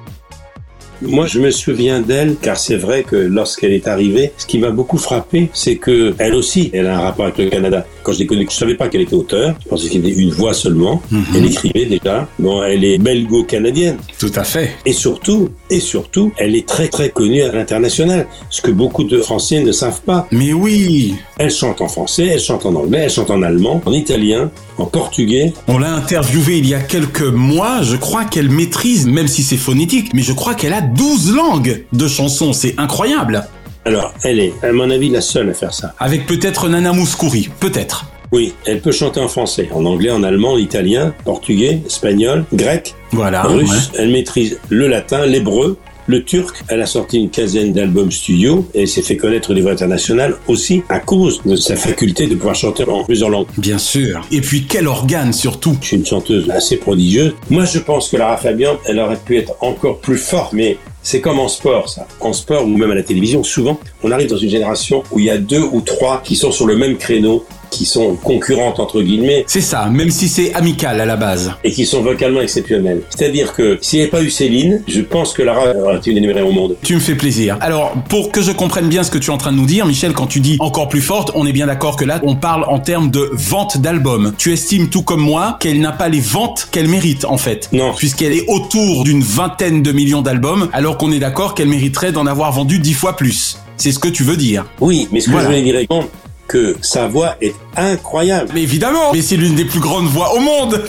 Moi, je me souviens d'elle, car c'est vrai que lorsqu'elle est arrivée, ce qui m'a beaucoup frappé, c'est que elle aussi, elle a un rapport avec le Canada. Quand je l'ai connue, je savais pas qu'elle était auteur. Je pensais qu'elle était une voix seulement. Mhm. Elle écrivait déjà. Bon, elle est belgo-canadienne. Tout à fait. Et surtout, et surtout, elle est très très connue à l'international, ce que beaucoup de Français ne savent pas. Mais oui Elle chante en français, elle chante en anglais, elle chante en allemand, en italien, en portugais. On l'a interviewée il y a quelques mois, je crois qu'elle maîtrise, même si c'est phonétique, mais je crois qu'elle a 12 langues de chansons, c'est incroyable Alors, elle est, à mon avis, la seule à faire ça. Avec peut-être Nana Mouskouri, peut-être. Oui, elle peut chanter en français, en anglais, en allemand, en italien, portugais, espagnol, grec, Voilà. russe. Ah, ouais. Elle maîtrise le latin, l'hébreu, le turc. Elle a sorti une quinzaine d'albums studio et s'est fait connaître au niveau international aussi à cause de sa faculté de pouvoir chanter en plusieurs langues. Bien sûr. Et puis quel organe surtout Je suis une chanteuse assez prodigieuse. Moi, je pense que Lara Fabian, elle aurait pu être encore plus forte, mais c'est comme en sport, ça. En sport ou même à la télévision, souvent, on arrive dans une génération où il y a deux ou trois qui sont sur le même créneau, qui sont concurrentes, entre guillemets, C'est ça, même si c'est amical à la base. et qui sont vocalement exceptionnelles. C'est-à-dire que s'il n'y avait pas eu Céline, je pense que Lara aurait été une énumérée au monde. Tu me fais plaisir. Alors, pour que je comprenne bien ce que tu es en train de nous dire, Michel, quand tu dis encore plus forte, on est bien d'accord que là, on parle en termes de vente d'albums. Tu estimes, tout comme moi, qu'elle n'a pas les ventes qu'elle mérite, en fait. Non. Puisqu'elle est autour d'une vingtaine de millions d'albums, alors qu'on est d'accord qu'elle mériterait d'en avoir vendu dix fois plus. C'est ce que tu veux dire. Oui, mais ce que Voilà. je voulais dire également, que sa voix est incroyable. Mais évidemment Mais c'est l'une des plus grandes voix au monde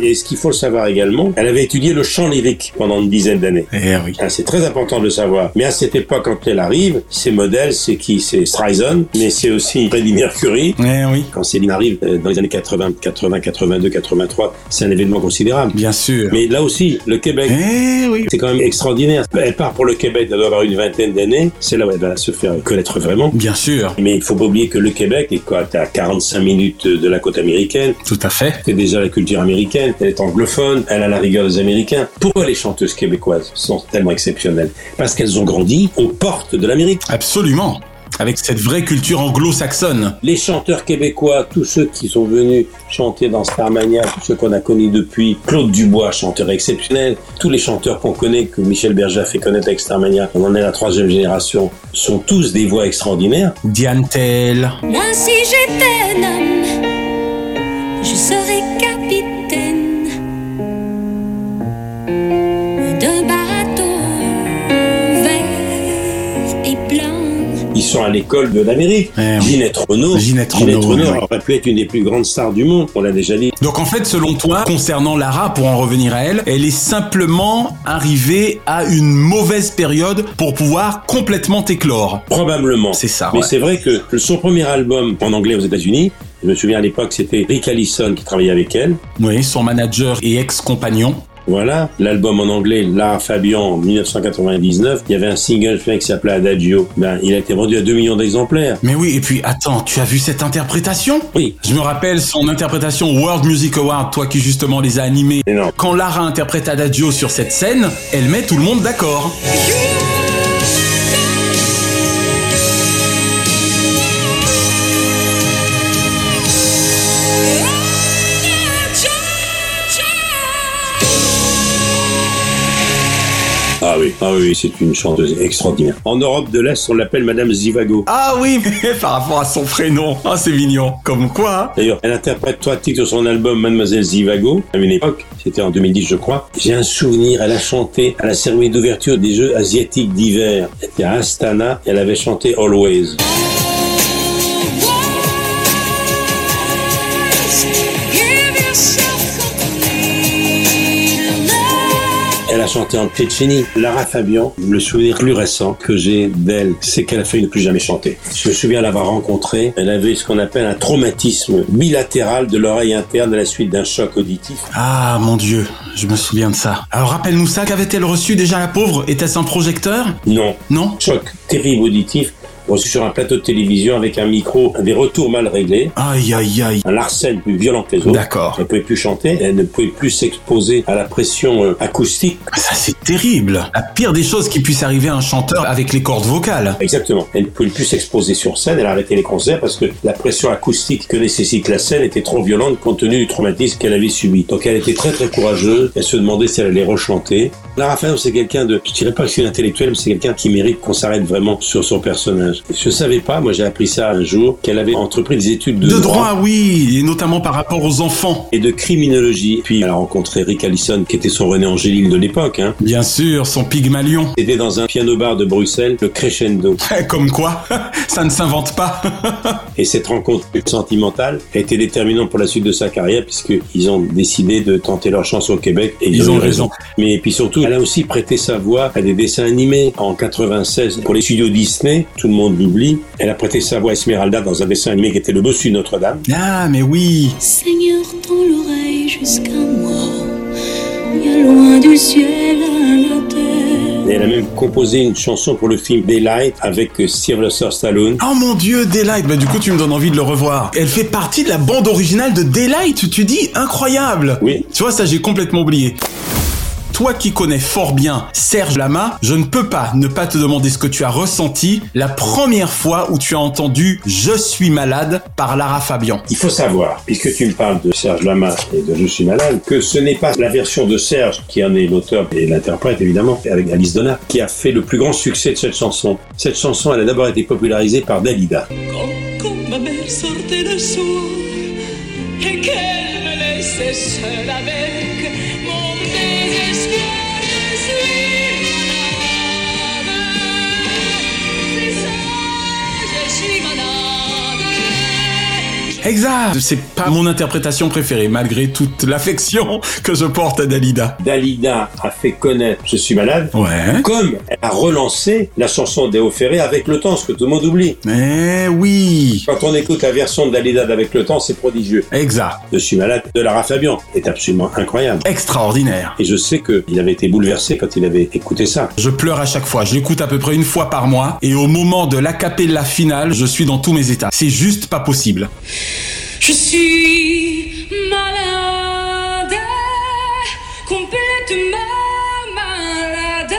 Et ce qu'il faut le savoir également, elle avait étudié le chant lyrique pendant une dizaine d'années. Eh oui. Ah, c'est très important de le savoir. Mais à cette époque, quand elle arrive, ses modèles, c'est qui C'est Streisand, mais c'est aussi Freddie Mercury. Eh oui. Quand Céline arrive euh, dans les années 80, 80, 82, 83, c'est un événement considérable. Bien sûr. Mais là aussi, le Québec, Eh oui. c'est quand même extraordinaire. Elle part pour le Québec, elle doit avoir une vingtaine d'années. C'est là où elle va se faire connaître vraiment. Bien sûr. Mais il faut pas oublier que le Québec est quoi à 45 minutes de la côte américaine. Tout à fait. C'est déjà la culture américaine, elle est anglophone, elle a la rigueur des Américains. Pourquoi les chanteuses québécoises sont tellement exceptionnelles Parce qu'elles ont grandi aux portes de l'Amérique. Absolument. Avec cette vraie culture anglo-saxonne. Les chanteurs québécois, tous ceux qui sont venus chanter dans Starmania, tous ceux qu'on a connus depuis, Claude Dubois, chanteur exceptionnel, tous les chanteurs qu'on connaît, que Michel Berger a fait connaître avec Starmania, on en est la troisième génération, sont tous des voix extraordinaires. Diane Tell. Moi si j'étais un homme, je serais capitaine d'un bateau vert et blanc. Ils sont à l'école de l'Amérique. Eh oui. Ginette Renaud, Ginette Renaud, oui. aurait pu être une des plus grandes stars du monde, on l'a déjà dit. Donc en fait, selon toi, concernant Lara, pour en revenir à elle, elle est simplement arrivée à une mauvaise période pour pouvoir complètement éclore. Probablement. C'est ça, Mais ouais. c'est vrai que son premier album en anglais aux États-Unis, je me souviens à l'époque, c'était Rick Allison qui travaillait avec elle. Oui, son manager et ex-compagnon. Voilà, l'album en anglais, Lara Fabian, 1999, il y avait un single fait qui s'appelait Adagio. Ben, il a été vendu à 2 millions d'exemplaires. Mais oui, et puis attends, tu as vu cette interprétation Oui, Je me rappelle son interprétation au World Music Award, toi qui justement les as animés. énorme. Quand Lara interprète Adagio sur cette scène, elle met tout le monde d'accord. Ah oui, ah oui, c'est une chanteuse extraordinaire. En Europe de l'Est, on l'appelle Madame Zivago. Ah oui, par rapport à son prénom. Ah, c'est mignon. Comme quoi, hein D'ailleurs, elle interprète trois titres sur son album Mademoiselle Zivago, à une époque, c'était en 2010 je crois. J'ai un souvenir, elle a chanté à la cérémonie d'ouverture des Jeux Asiatiques d'hiver. Elle était à Astana, et elle avait chanté Always. Give yourself complete love. Elle a chanté en Piccini. Lara Fabian, le souvenir plus récent que j'ai d'elle, c'est qu'elle a fait ne plus jamais chanter. Je me souviens l'avoir rencontrée, elle avait ce qu'on appelle un traumatisme bilatéral de l'oreille interne à la suite d'un choc auditif. Ah mon dieu, je me souviens de ça. Alors rappelle-nous ça, qu'avait-elle reçu déjà la pauvre Était-ce un projecteur Non, Non choc terrible auditif, reçu sur un plateau de télévision avec un micro, des retours mal réglés, Aïe aïe aïe. un larcène plus violent que les autres. D'accord. Elle ne pouvait plus chanter, elle ne pouvait plus s'exposer à la pression euh, acoustique. Ah, Ça c'est terrible. La pire des choses qui puisse arriver à un chanteur avec les cordes vocales. Exactement. Elle ne pouvait plus s'exposer sur scène, elle a arrêté les concerts parce que la pression acoustique que nécessite la scène était trop violente compte tenu du traumatisme qu'elle avait subi. Donc elle était très très courageuse, elle se demandait si elle allait rechanter. Lara Fabian, c'est quelqu'un de, je dirais pas que c'est une intellectuelle, mais c'est quelqu'un qui mérite qu'on s'arrête vraiment sur son personnage. mariage. Je savais pas, moi j'ai appris ça un jour, qu'elle avait entrepris des études de, De droit, oui, et notamment par rapport aux enfants. Et de criminologie. Puis elle a rencontré Rick Allison, qui était son René Angélique de l'époque. Hein. Bien sûr, son Pygmalion. C'était dans un piano-bar de Bruxelles, le Crescendo. Comme quoi, ça ne s'invente pas. Et cette rencontre sentimentale a été déterminante pour la suite de sa carrière, puisqu'ils ont décidé de tenter leur chance au Québec. Et Ils ont eu raison. Mais puis surtout, elle a aussi prêté sa voix à des dessins animés en 96 pour les studios Disney. Tout le monde l'oublie. Elle a prêté sa voix à Esmeralda dans un dessin animé qui était Le Bossu Notre-Dame. Ah, mais oui. Seigneur, tends l'oreille jusqu'à moi. Il y a loin du ciel à la terre. Et elle a même composé une chanson pour le film Daylight avec Sylvester Stallone. Oh mon dieu, Daylight, bah du coup tu me donnes envie de le revoir. Elle fait partie de la bande originale de Daylight, tu dis Incroyable Oui. Tu vois, ça j'ai complètement oublié. Toi qui connais fort bien Serge Lama, je ne peux pas ne pas te demander ce que tu as ressenti la première fois où tu as entendu Je suis malade par Lara Fabian. Il faut savoir, puisque tu me parles de Serge Lama et de Je suis malade, que ce n'est pas la version de Serge, qui en est l'auteur et l'interprète évidemment, avec Alice Donna, qui a fait le plus grand succès de cette chanson. Cette chanson, elle a d'abord été popularisée par Dalida. Quand, quand ma mère sortait le soir et qu'elle e me laissait seule avec mon désespoir, je suis malade. C'est ça, je suis malade. Exact C'est pas mon interprétation préférée, malgré toute l'affection que je porte à Dalida. Dalida a fait connaître Je suis malade, Ouais. comme elle a relancé la chanson d'Eo Ferré avec le temps, ce que tout le monde oublie. Eh oui Quand on écoute la version de Dalida d'avec le temps, c'est prodigieux. Exact. Je suis malade de Lara Fabian est absolument incroyable. Extraordinaire. Et je sais qu'il avait été bouleversé quand il avait écouté ça. Je pleure à chaque fois, je l'écoute à peu près une fois par mois, et au moment de l'acapella finale, je suis dans tous mes états. C'est juste pas possible. Je suis malade, complètement malade,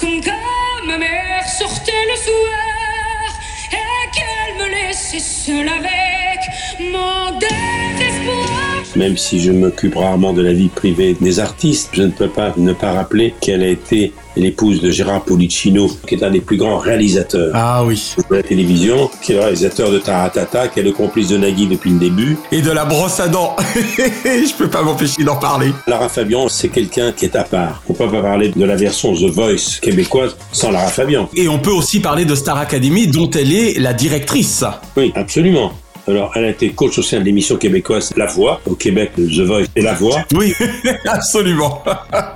comme quand ma mère sortait le soir et qu'elle me laissait seule avec mon désespoir. Même si je m'occupe rarement de la vie privée des artistes, je ne peux pas ne pas rappeler qu'elle a été l'épouse de Gérard Policino, qui est un des plus grands réalisateurs Ah oui. de la télévision, qui est le réalisateur de Taratata, qui est le complice de Nagui depuis le début. Et de la brosse à dents. je peux pas m'empêcher d'en parler. Lara Fabian, c'est quelqu'un qui est à part. On peut pas parler de la version The Voice québécoise sans Lara Fabian. Et on peut aussi parler de Star Academy, dont elle est la directrice. Oui, absolument. Alors, elle a été coach au sein de l'émission québécoise La Voix. Au Québec, The Voice et La Voix. Oui, absolument.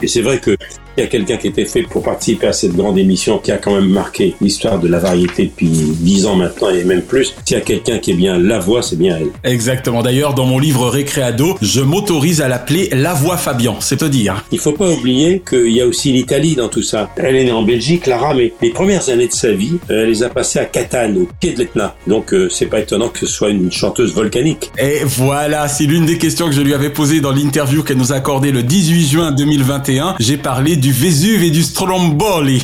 Et c'est vrai que il y a quelqu'un qui était fait pour participer à cette grande émission qui a quand même marqué l'histoire de la variété depuis dix ans maintenant et même plus. S'il y a quelqu'un qui est bien la voix, c'est bien elle. Exactement. D'ailleurs, dans mon livre Récréado, je m'autorise à l'appeler La Voix Fabian, c'est te dire. Il faut pas oublier qu'il y a aussi l'Italie dans tout ça. Elle est née en Belgique, Lara, mais les premières années de sa vie, euh, elle les a passées à Catane, au pied de l'Etna. Donc, euh, c'est pas étonnant que ce soit une chanteuse volcanique. Et voilà, c'est l'une des questions que je lui avais posées dans l'interview qu'elle nous a accordée le 18 juin 2021. J'ai parlé du Vésuve et du Stromboli.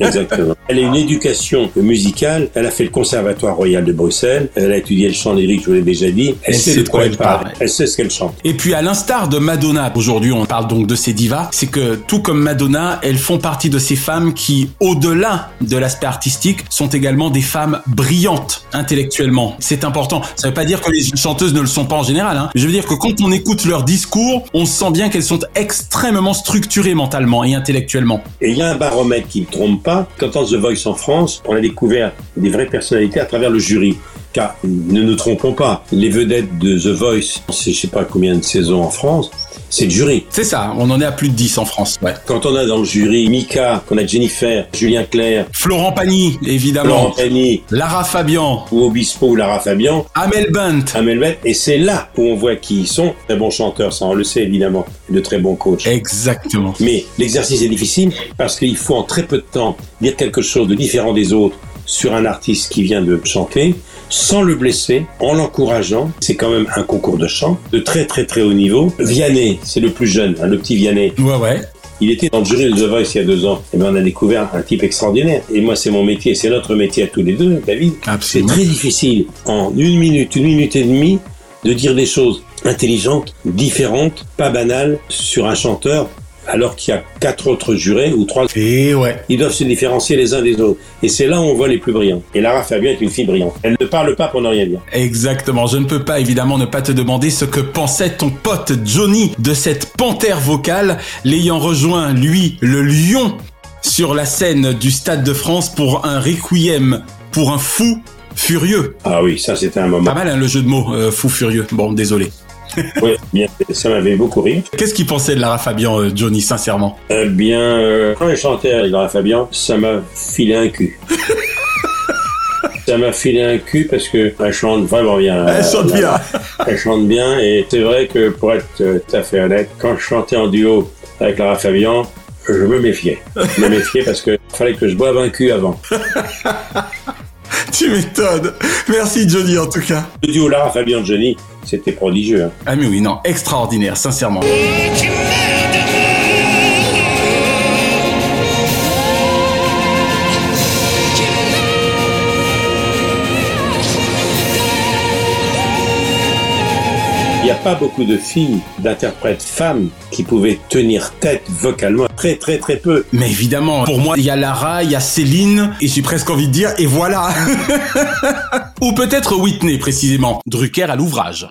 Exactement. Elle a une éducation musicale. Elle a fait le Conservatoire Royal de Bruxelles. Elle a étudié le chant lyrique, je vous l'ai déjà dit. Elle, sait de quoi elle parle. Elle sait ce qu'elle chante. Et puis à l'instar de Madonna, aujourd'hui on parle donc de ces divas, c'est que tout comme Madonna, elles font partie de ces femmes qui, au-delà de l'aspect artistique, sont également des femmes brillantes intellectuellement. C'est important. Ça veut pas dire que les chanteuses ne le sont pas en général. Hein. Je veux dire que quand on écoute leur discours, on sent bien qu'elles sont extrêmement structurées mentalement et intellectuellement. Et il y a un baromètre qui ne trompe pas. Quand on The Voice en France, on a découvert des vraies personnalités à travers le jury. Car ne nous trompons pas, les vedettes de The Voice, c'est je sais pas combien de saisons en France, c'est le jury. C'est ça, on en est à plus de 10 en France. Ouais. Quand on a dans le jury Mika, qu'on a Jennifer, Julien Clerc, Florent Pagny, évidemment. Laurent Pagny, Lara Fabian. ou Obispo ou Lara Fabian, Amel Bent. Amel Bent, et c'est là où on voit qui ils sont. Très bons chanteurs, ça on le sait évidemment, et de très bons coachs. Exactement. Mais l'exercice est difficile parce qu'il faut en très peu de temps dire quelque chose de différent des autres sur un artiste qui vient de chanter, sans le blesser, en l'encourageant. C'est quand même un concours de chant de très très très haut niveau. Vianney, c'est le plus jeune, hein, le petit Vianney. Ouais, ouais. Il était dans le jury de The Voice il y a deux ans. Et ben on a découvert un type extraordinaire. Et moi c'est mon métier, c'est notre métier à tous les deux, David. C'est Absolument. très difficile en une minute, une minute et demie de dire des choses intelligentes, différentes, pas banales sur un chanteur alors qu'il y a quatre autres jurés ou trois. Et ouais. Ils doivent se différencier les uns des autres. Et c'est là où on voit les plus brillants. Et Lara Fabian est une fille brillante. Elle ne parle pas pour ne rien dire. Exactement. Je ne peux pas évidemment ne pas te demander ce que pensait ton pote Johnny de cette panthère vocale, l'ayant rejoint lui le lion sur la scène du Stade de France pour un requiem pour un fou furieux. Ah oui, ça c'était un moment. Pas mal hein, le jeu de mots euh, fou furieux. Bon, désolé. oui, bien, ça m'avait beaucoup ri. Qu'est-ce qu'il pensait de Lara Fabian, euh, Johnny, sincèrement Eh bien, euh, quand j'ai chanté avec Lara Fabian, ça m'a filé un cul. Ça m'a filé un cul parce que elle chante vraiment bien. Elle chante Euh, bien. Elle chante bien et c'est vrai que pour être euh, tout à fait honnête, quand je chantais en duo avec Lara Fabian, je me méfiais. Je me méfiais parce que fallait que je boive un cul avant. Tu m'étonnes. Merci Johnny en tout cas. Le duo Lara Fabian Johnny, c'était prodigieux. hein. Ah mais oui, non, extraordinaire, sincèrement. Il n'y a pas beaucoup de filles, d'interprètes femmes qui pouvaient tenir tête vocalement. Très très très peu. Mais évidemment, pour moi, il y a Lara, il y a Céline, et j'ai presque envie de dire, et voilà Ou peut-être Whitney, précisément. Drucker à l'ouvrage.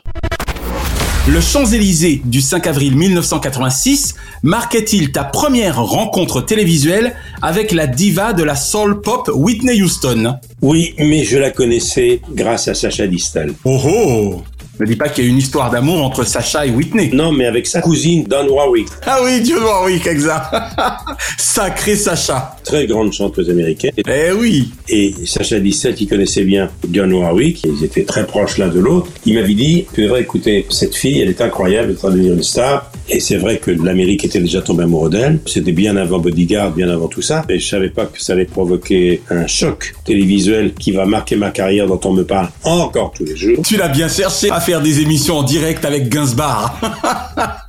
Le Champs-Élysées du 5 avril 1986 marquait-il ta première rencontre télévisuelle avec la diva de la soul pop Whitney Houston Oui, mais je la connaissais grâce à Sacha Distel. Oh oh Ne dis pas qu'il y a une histoire d'amour entre Sacha et Whitney. Non, mais avec sa cousine Dan Warwick, Ah oui, Dieu m'en oui, exact. Sacré Sacha. très grande chanteuse américaine. Eh oui. Et Sacha Distel, qui connaissait bien Dan Warwick, ils étaient très proches l'un de l'autre, il m'avait dit, tu devrais écouter cette fille, elle est incroyable, elle est en train de devenir une star. Et c'est vrai que l'Amérique était déjà tombée amoureuse d'elle. C'était bien avant Bodyguard, bien avant tout ça. Et je savais pas que ça allait provoquer un choc télévisuel qui va marquer ma carrière dont on me parle encore tous les jours. Tu l'as bien cherché à faire des émissions en direct avec Gainsbar.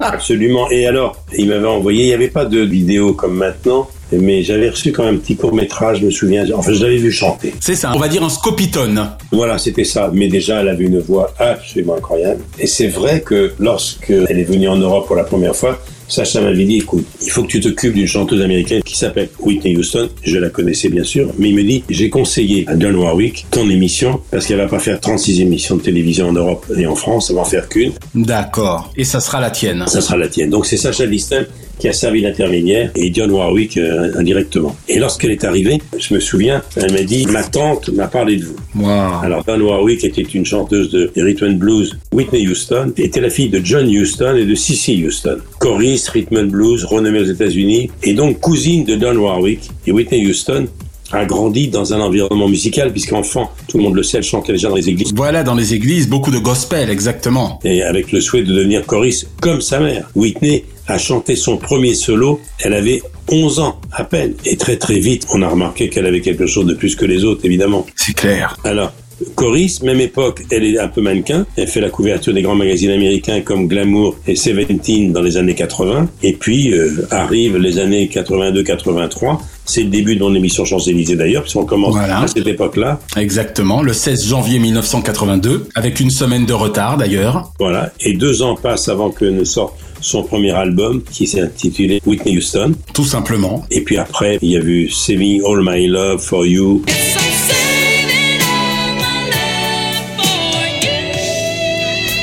Absolument. Et alors, il m'avait envoyé, il n'y avait pas de vidéo comme maintenant, mais j'avais reçu quand même un petit court métrage, je me souviens. Enfin, je l'avais vu chanter. C'est ça, on va dire un scopitone. Voilà, c'était ça. Mais déjà, elle avait une voix absolument incroyable. Et c'est vrai que lorsque elle est venue en Europe pour la première fois, Sacha m'avait dit, écoute, il faut que tu t'occupes d'une chanteuse américaine qui s'appelle Whitney Houston. Je la connaissais bien sûr, mais il me dit, j'ai conseillé à Dionne Warwick ton émission parce qu'elle va pas faire 36 émissions de télévision en Europe et en France, elle va en faire qu'une. D'accord. Et ça sera la tienne. ça sera la tienne. Donc c'est Sacha Distel qui a servi d'intermédiaire et Dionne Warwick euh, indirectement. Et lorsqu'elle est arrivée, je me souviens, elle m'a dit ma tante m'a parlé de vous. Wow. Ah. Alors Dionne Warwick était une chanteuse de rhythm and blues. Whitney Houston était la fille de John Houston et de Cissy Houston, choriste rhythm and blues renommée aux États-Unis et donc cousine de Dionne Warwick. Et Whitney Houston a grandi dans un environnement musical puisqu'enfant, tout le monde le sait, elle chantait déjà dans les églises. Voilà, dans les églises, beaucoup de gospel, exactement. et avec le souhait de devenir choriste comme sa mère. Whitney a chanté son premier solo, elle avait 11 ans à peine. Et très très vite, on a remarqué qu'elle avait quelque chose de plus que les autres, évidemment. C'est clair. Alors, choriste, même époque, elle est un peu mannequin. Elle fait la couverture des grands magazines américains comme Glamour et Seventeen dans les années 80. Et puis, euh, arrivent les années 82-83. C'est le début de mon émission Champs-Élysées d'ailleurs, puisqu'on commence Voilà. à cette époque-là. Exactement, le 16 janvier 1982, avec une semaine de retard d'ailleurs. Voilà. Et deux ans passent avant que ne sorte son premier album qui s'est intitulé Whitney Houston. Tout simplement. Et puis après, il y a eu Saving All My Love for You.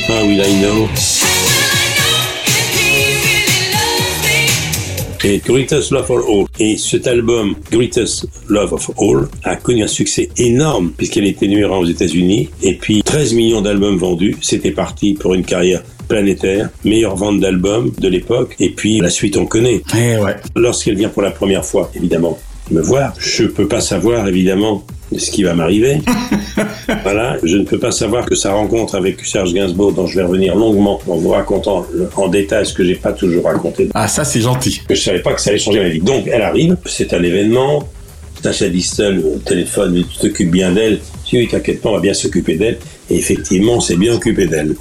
How Will I Know? Et Greatest Love for All. Et cet album, Greatest Love of All, a connu un succès énorme puisqu'elle était numéro un aux États-Unis. Et puis 13 millions d'albums vendus. C'était parti pour une carrière planétaire, meilleure vente d'albums de l'époque. Et puis la suite, on connaît. Eh ouais. Lorsqu'elle vient pour la première fois, évidemment, me voir, je peux pas savoir, évidemment, ce qui va m'arriver. voilà, je ne peux pas savoir que sa rencontre avec Serge Gainsbourg, dont je vais revenir longuement en vous racontant le- en détail ce que j'ai pas toujours raconté, Ah ça c'est gentil. que je savais pas que ça allait changer ma vie. Donc, elle arrive, c'est un événement. Sacha Distel au téléphone, mais tu t'occupes bien d'elle. Si oui, t'inquiète pas, on va bien s'occuper d'elle. Et effectivement, on s'est bien occupé d'elle.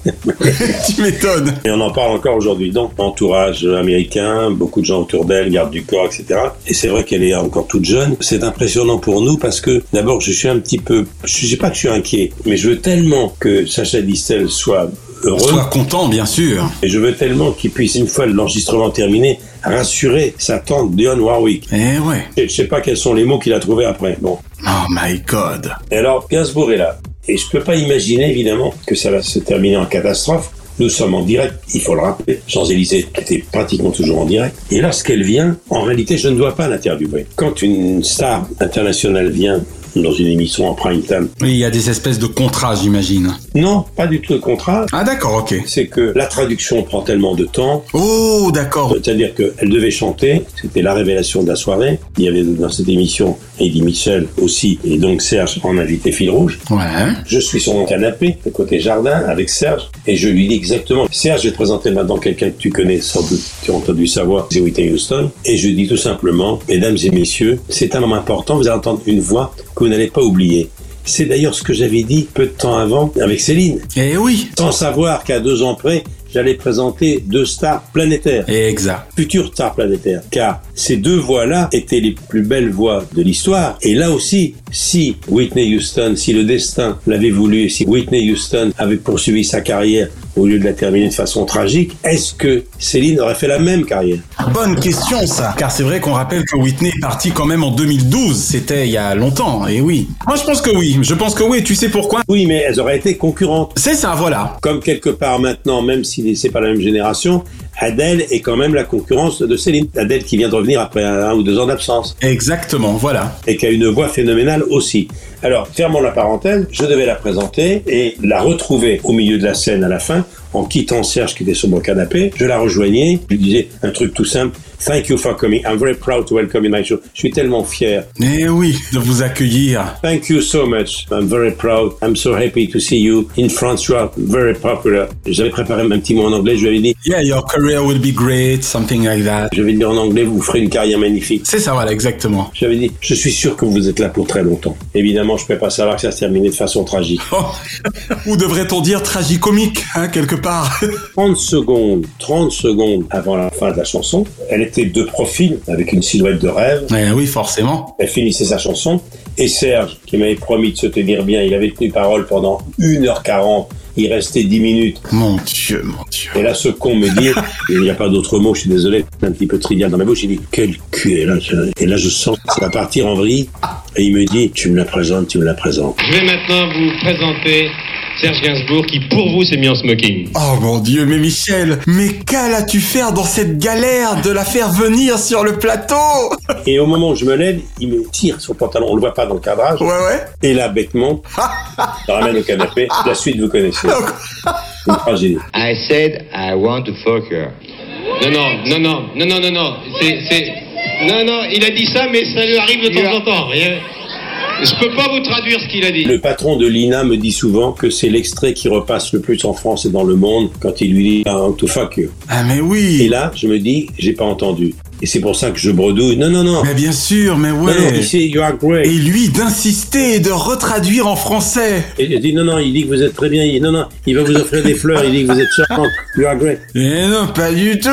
tu m'étonnes. Et on en parle encore aujourd'hui. Donc, entourage américain, beaucoup de gens autour d'elle, garde du corps, etc. Et c'est vrai qu'elle est encore toute jeune. C'est impressionnant pour nous parce que, d'abord, je suis un petit peu, je sais pas que je suis inquiet, mais je veux tellement que Sacha Distel soit heureux. Sois content, bien sûr. Et je veux tellement qu'il puisse, une fois l'enregistrement terminé, rassurer sa tante Dionne Warwick. Eh ouais. Et je sais pas quels sont les mots qu'il a trouvés après. Bon. Oh my god. Et alors, Gainsbourg est là. Et je peux pas imaginer, évidemment, que ça va se terminer en catastrophe. Nous sommes en direct, il faut le rappeler. Champs-Élysées était pratiquement toujours en direct. Et lorsqu'elle vient, en réalité, je ne dois pas l'interviewer. Quand une star internationale vient dans une émission en prime time, Oui, il y a des espèces de contrats, j'imagine. non, pas du tout le contrat. Ah d'accord, ok. C'est que la traduction prend tellement de temps. Oh, d'accord. C'est-à-dire qu'elle devait chanter, c'était la révélation de la soirée. Il y avait dans cette émission Eddie Michel aussi, et donc Serge en invité fil rouge. Ouais. Je suis sur mon canapé, de côté jardin, avec Serge, et je lui dis exactement, Serge, je vais te présenter maintenant quelqu'un que tu connais sans doute, tu as entendu savoir, c'est Whitney Houston, et je dis tout simplement, mesdames et messieurs, c'est un homme important, vous allez entendre une voix que vous n'allez pas oublier. C'est d'ailleurs ce que j'avais dit peu de temps avant avec Céline, Eh oui. sans savoir qu'à deux ans près, j'allais présenter deux stars planétaires Exact. futur star planétaire, car ces deux voix-là étaient les plus belles voix de l'histoire. Et là aussi, si Whitney Houston, si le destin l'avait voulu, et si Whitney Houston avait poursuivi sa carrière au lieu de la terminer de façon tragique, est-ce que Céline aurait fait la même carrière Bonne question ça, car c'est vrai qu'on rappelle que Whitney est partie quand même en 2012, c'était il y a longtemps, et oui. Moi je pense que oui, je pense que oui, tu sais pourquoi Oui, mais elles auraient été concurrentes. C'est ça, voilà. Comme quelque part maintenant, même si c'est pas la même génération, Adèle est quand même la concurrence de Céline. Adèle qui vient de revenir après un ou deux ans d'absence. Exactement, voilà. et qui a une voix phénoménale aussi. Alors, fermons la parenthèse, je devais la présenter et la retrouver au milieu de la scène à la fin, en quittant Serge qui était sur mon canapé. Je la rejoignais, je lui disais un truc tout simple. Thank you for coming. I'm very proud to welcome you in my show. Je suis tellement fier. Eh oui, de vous accueillir. Thank you so much. I'm very proud. I'm so happy to see you. In France, you are very popular. J'avais préparé un petit mot en anglais. Je lui avais dit, Yeah, your career will be great, something like that. je vais dire en anglais, vous ferez une carrière magnifique. C'est ça, voilà, exactement. J'avais dit, je suis sûr que vous êtes là pour très longtemps. Évidemment, je ne peux pas savoir que ça se terminait de façon tragique. Oh. Ou devrait-on dire tragicomique, hein, quelque part 30 secondes, 30 secondes avant la fin de la chanson, elle était de profil avec une silhouette de rêve. Eh oui, forcément. Elle finissait sa chanson et Serge, qui m'avait promis de se tenir bien, il avait tenu parole pendant 1h40. Il restait 10 minutes. Mon Dieu, mon Dieu. Et là, ce con me dit, il n'y a pas d'autre mot, je suis désolé, c'est un petit peu trivial dans ma bouche. Il dit, quel cul est là ce- Et là, je sens que ça va partir en vrille. Et il me dit, tu me la présentes, tu me la présentes. Je vais maintenant vous présenter Serge Gainsbourg qui, pour vous, s'est mis en smoking. Oh mon dieu, mais Michel, mais qu'as-tu faire dans cette galère de la faire venir sur le plateau Et au moment où je me lève, il me tire son pantalon. On le voit pas dans le cadrage. Ouais, ouais. Et là, bêtement, je ramène au canapé. La suite, vous connaissez. Une tragédie. I said I want to fuck her. Non, non, non, non, non, non, non, non. C'est, c'est... Non, non, il a dit ça, mais ça lui arrive de temps en temps. rien. Je peux pas vous traduire ce qu'il a dit. Le patron de l'INA me dit souvent que c'est l'extrait qui repasse le plus en France et dans le monde quand il lui dit I want to fuck you. Ah mais Et oui. là, je me dis, j'ai pas entendu. Et c'est pour ça que je bredouille. Non, non, non. Mais bien sûr, mais Non, non, ouais. il dit, you are great. Et lui d'insister et de retraduire en français. Et je dis, non, non, il dit que vous êtes très bien. Il dit, non, non, il va vous offrir des fleurs. Il dit que vous êtes charmante. You are great. Eh non, pas du tout.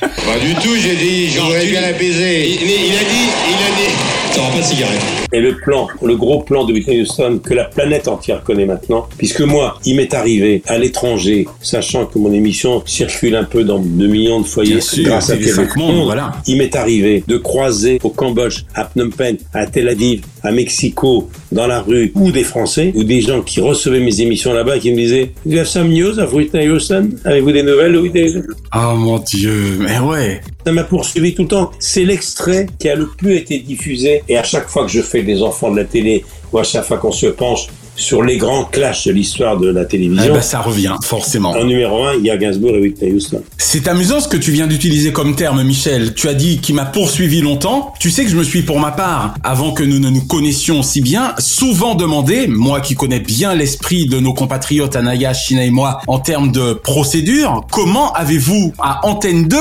Pas du tout, j'ai dit, je voudrais bien la baiser. Il, mais il a dit, il a dit... T'auras pas de cigarette. Et le plan, le gros plan de Whitney Houston que la planète entière connaît maintenant, puisque moi, il m'est arrivé à l'étranger, sachant que mon émission circule un peu dans 2 millions de foyers Bien sûr, grâce à c'est les Québec. cinq mondes, Monde, voilà. Il m'est arrivé de croiser au Cambodge, à Phnom Penh, à Tel Aviv, à Mexico, dans la rue, ou des Français, ou des gens qui recevaient mes émissions là-bas, qui me disaient, Do you have some news of Whitney Houston? Avez-vous des nouvelles de Whitney Houston? Oh mon dieu, mais ouais. Ça m'a poursuivi tout le temps. C'est l'extrait qui a le plus été diffusé. Et à chaque fois que je fais des enfants de la télé, ou à chaque fois qu'on se penche sur les grands clashs de l'histoire de la Eh télévision, ben ça revient, forcément. en numéro un, il y a Gainsbourg et Whitney Houston. C'est amusant ce que tu viens d'utiliser comme terme, Michel. Tu as dit qui m'a poursuivi longtemps. Tu sais que je me suis, pour ma part, avant que nous ne nous connaissions si bien, souvent demandé, moi qui connais bien l'esprit de nos compatriotes Anaya, China et moi, en termes de procédure, comment avez-vous, à Antenne 2,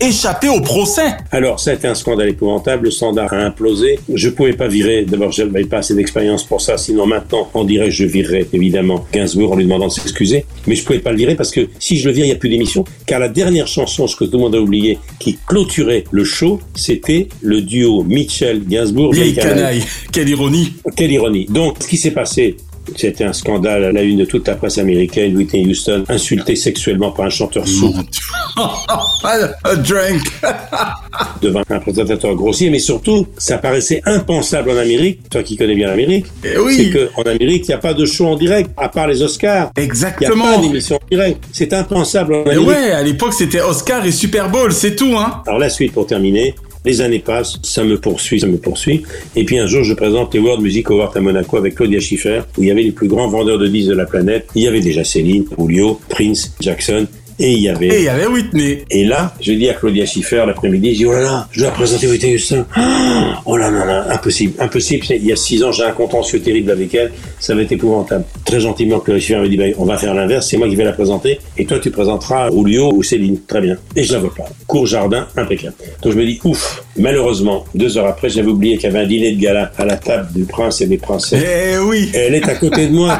échappé au procès Alors, ça a été un scandale épouvantable. Le standard a implosé. Je pouvais pas virer. D'abord, je n'avais pas assez d'expérience pour ça. Sinon, maintenant, on dirait que je virerais, évidemment, Gainsbourg en lui demandant de s'excuser. Mais je pouvais pas le virer parce que si je le vire, il n'y a plus d'émission. Car la dernière chanson, ce que tout le monde a oublié, qui clôturait le show, c'était le duo Mitchell-Gainsbourg. Vieille canaille, quelle ironie Quelle ironie. Donc, ce qui s'est passé C'était un scandale à la une de toute la presse américaine. Whitney Houston insultée sexuellement par un chanteur sourd A drink. devant un présentateur grossier, mais surtout, ça paraissait impensable en Amérique. Toi qui connais bien l'Amérique, Eh oui. c'est que en Amérique, il n'y a pas de show en direct à part les Oscars. Exactement. Il n'y a pas d'émission en direct. C'est impensable en Et Amérique. ouais, à l'époque c'était Oscar et Super Bowl, c'est tout, hein. Alors la suite pour terminer. Les années passent, ça me poursuit, ça me poursuit. Et puis un jour, je présente les World Music Awards à Monaco avec Claudia Schiffer, où il y avait les plus grands vendeurs de disques de la planète. Il y avait déjà Céline, Julio, Prince, Jackson, et il y avait... Et il y avait Whitney. Et là, je dis à Claudia Schiffer l'après-midi, je dis, oh là là, je dois présenter Whitney Houston. Ah, Oh là là là, impossible, impossible. Il y a six ans, j'ai un contentieux terrible avec elle. Ça va être épouvantable. Très gentiment, Claudia Schiffer me dit, ben, on va faire l'inverse. C'est moi qui vais la présenter. Et toi, tu présenteras Julio ou Céline. Très bien. Et je la vois pas. Court jardin, impeccable. Donc je me dis, ouf. Malheureusement, deux heures après, j'avais oublié qu'il y avait un dîner de gala à la table du prince et des princesses. Eh oui. Elle est à côté de moi.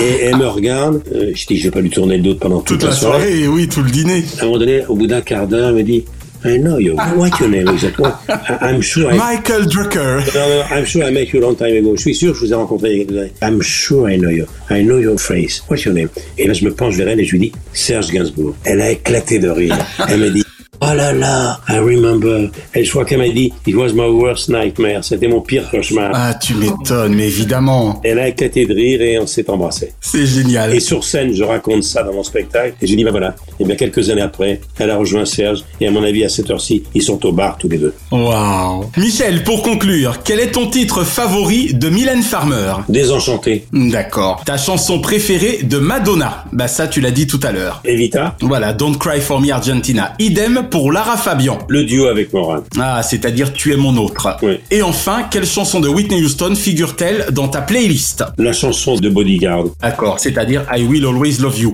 Et elle me regarde. Euh, je dis, je vais pas lui tourner le dos pendant toute, Toute la soirée, et oui, tout le dîner. à un moment donné, au bout d'un quart d'heure, elle me dit I know you. What your name exactly? I- I'm sure I. Michael Drucker. No, no, I'm sure I met you a long time ago. Je suis sûr que je vous ai rencontré il y a quelques années. I'm sure I know you. I know your face. What's your name? Et là, je me penche vers elle et je lui dis Serge Gainsbourg. Elle a éclaté de rire. Elle m'a dit Oh là là, I remember. Et je crois qu'elle m'a dit It was my worst nightmare. C'était mon pire cauchemar. Ah, tu m'étonnes, mais évidemment. Elle a éclaté de rire et on s'est embrassé. C'est génial. Et sur scène, je raconte ça dans mon spectacle. Et j'ai dit, bah voilà. Et bien, quelques années après, elle a rejoint Serge. Et à mon avis, à cette heure-ci, ils sont au bar tous les deux. Wow. Michel, pour conclure, quel est ton titre favori de Mylène Farmer Désenchanté. D'accord. Ta chanson préférée de Madonna Bah ça, tu l'as dit tout à l'heure. Evita, Voilà, Don't Cry For Me Argentina. Idem pour Lara Fabian. le duo avec Morin. Ah, c'est-à-dire Tu es mon autre. Oui. Et enfin, quelle chanson de Whitney Houston figure-t-elle dans ta playlist La chanson de Bodyguard. D'accord, c'est-à-dire I Will Always Love You.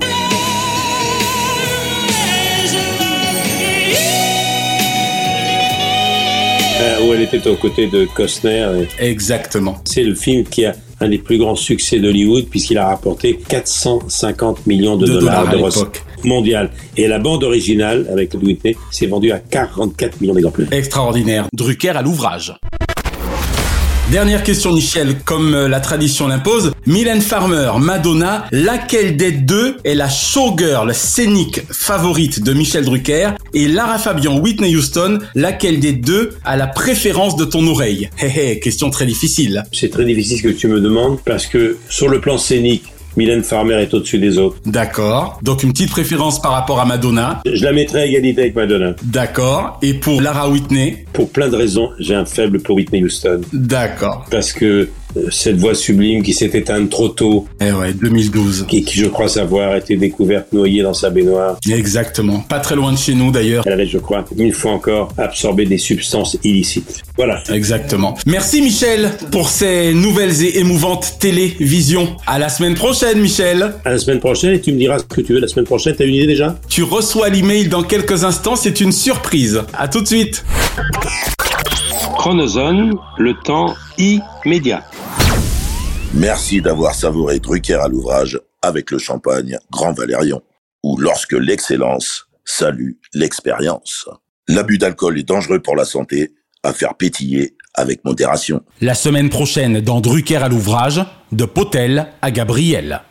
euh, où elle était aux côtés de Costner. Et Exactement. C'est le film qui a un des plus grands succès d'Hollywood puisqu'il a rapporté 450 millions de, De dollars, dollars à de recettes l'époque. mondiales. Et la bande originale avec Whitney s'est vendue à 44 millions d'exemplaires. Extraordinaire. Drucker à l'ouvrage. Dernière question, Michel. Comme euh, la tradition l'impose, Mylène Farmer, Madonna, laquelle des deux est la showgirl scénique favorite de Michel Drucker Et Lara Fabian, Whitney Houston, laquelle des deux a la préférence de ton oreille Hé hé, question très difficile. C'est très difficile ce que tu me demandes parce que sur le plan scénique, Mylène Farmer est au-dessus des autres. D'accord. Donc une petite préférence par rapport à Madonna. Je la mettrai à égalité avec Madonna. D'accord. Et pour Lara Whitney Pour plein de raisons, j'ai un faible pour Whitney Houston. D'accord. Parce que euh, cette voix sublime qui s'est éteinte trop tôt, Eh ouais, 2012. qui, qui je crois savoir a été découverte noyée dans sa baignoire, Exactement. Pas très loin de chez nous d'ailleurs. elle avait, je crois, une fois encore absorbé des substances illicites. Voilà. Exactement. Merci Michel pour ces nouvelles et émouvantes télévisions. À la semaine prochaine Michel. À la semaine prochaine, et tu me diras ce que tu veux la semaine prochaine. T'as une idée déjà Tu reçois l'email dans quelques instants, c'est une surprise. À tout de suite. Chronozone, le temps immédiat. Merci d'avoir savouré Drucker à l'ouvrage avec le champagne Grand Valérion, ou lorsque l'excellence salue l'expérience. L'abus d'alcool est dangereux pour la santé, à faire pétiller avec modération. La semaine prochaine dans Drucker à l'ouvrage, de Potel à Gabriel.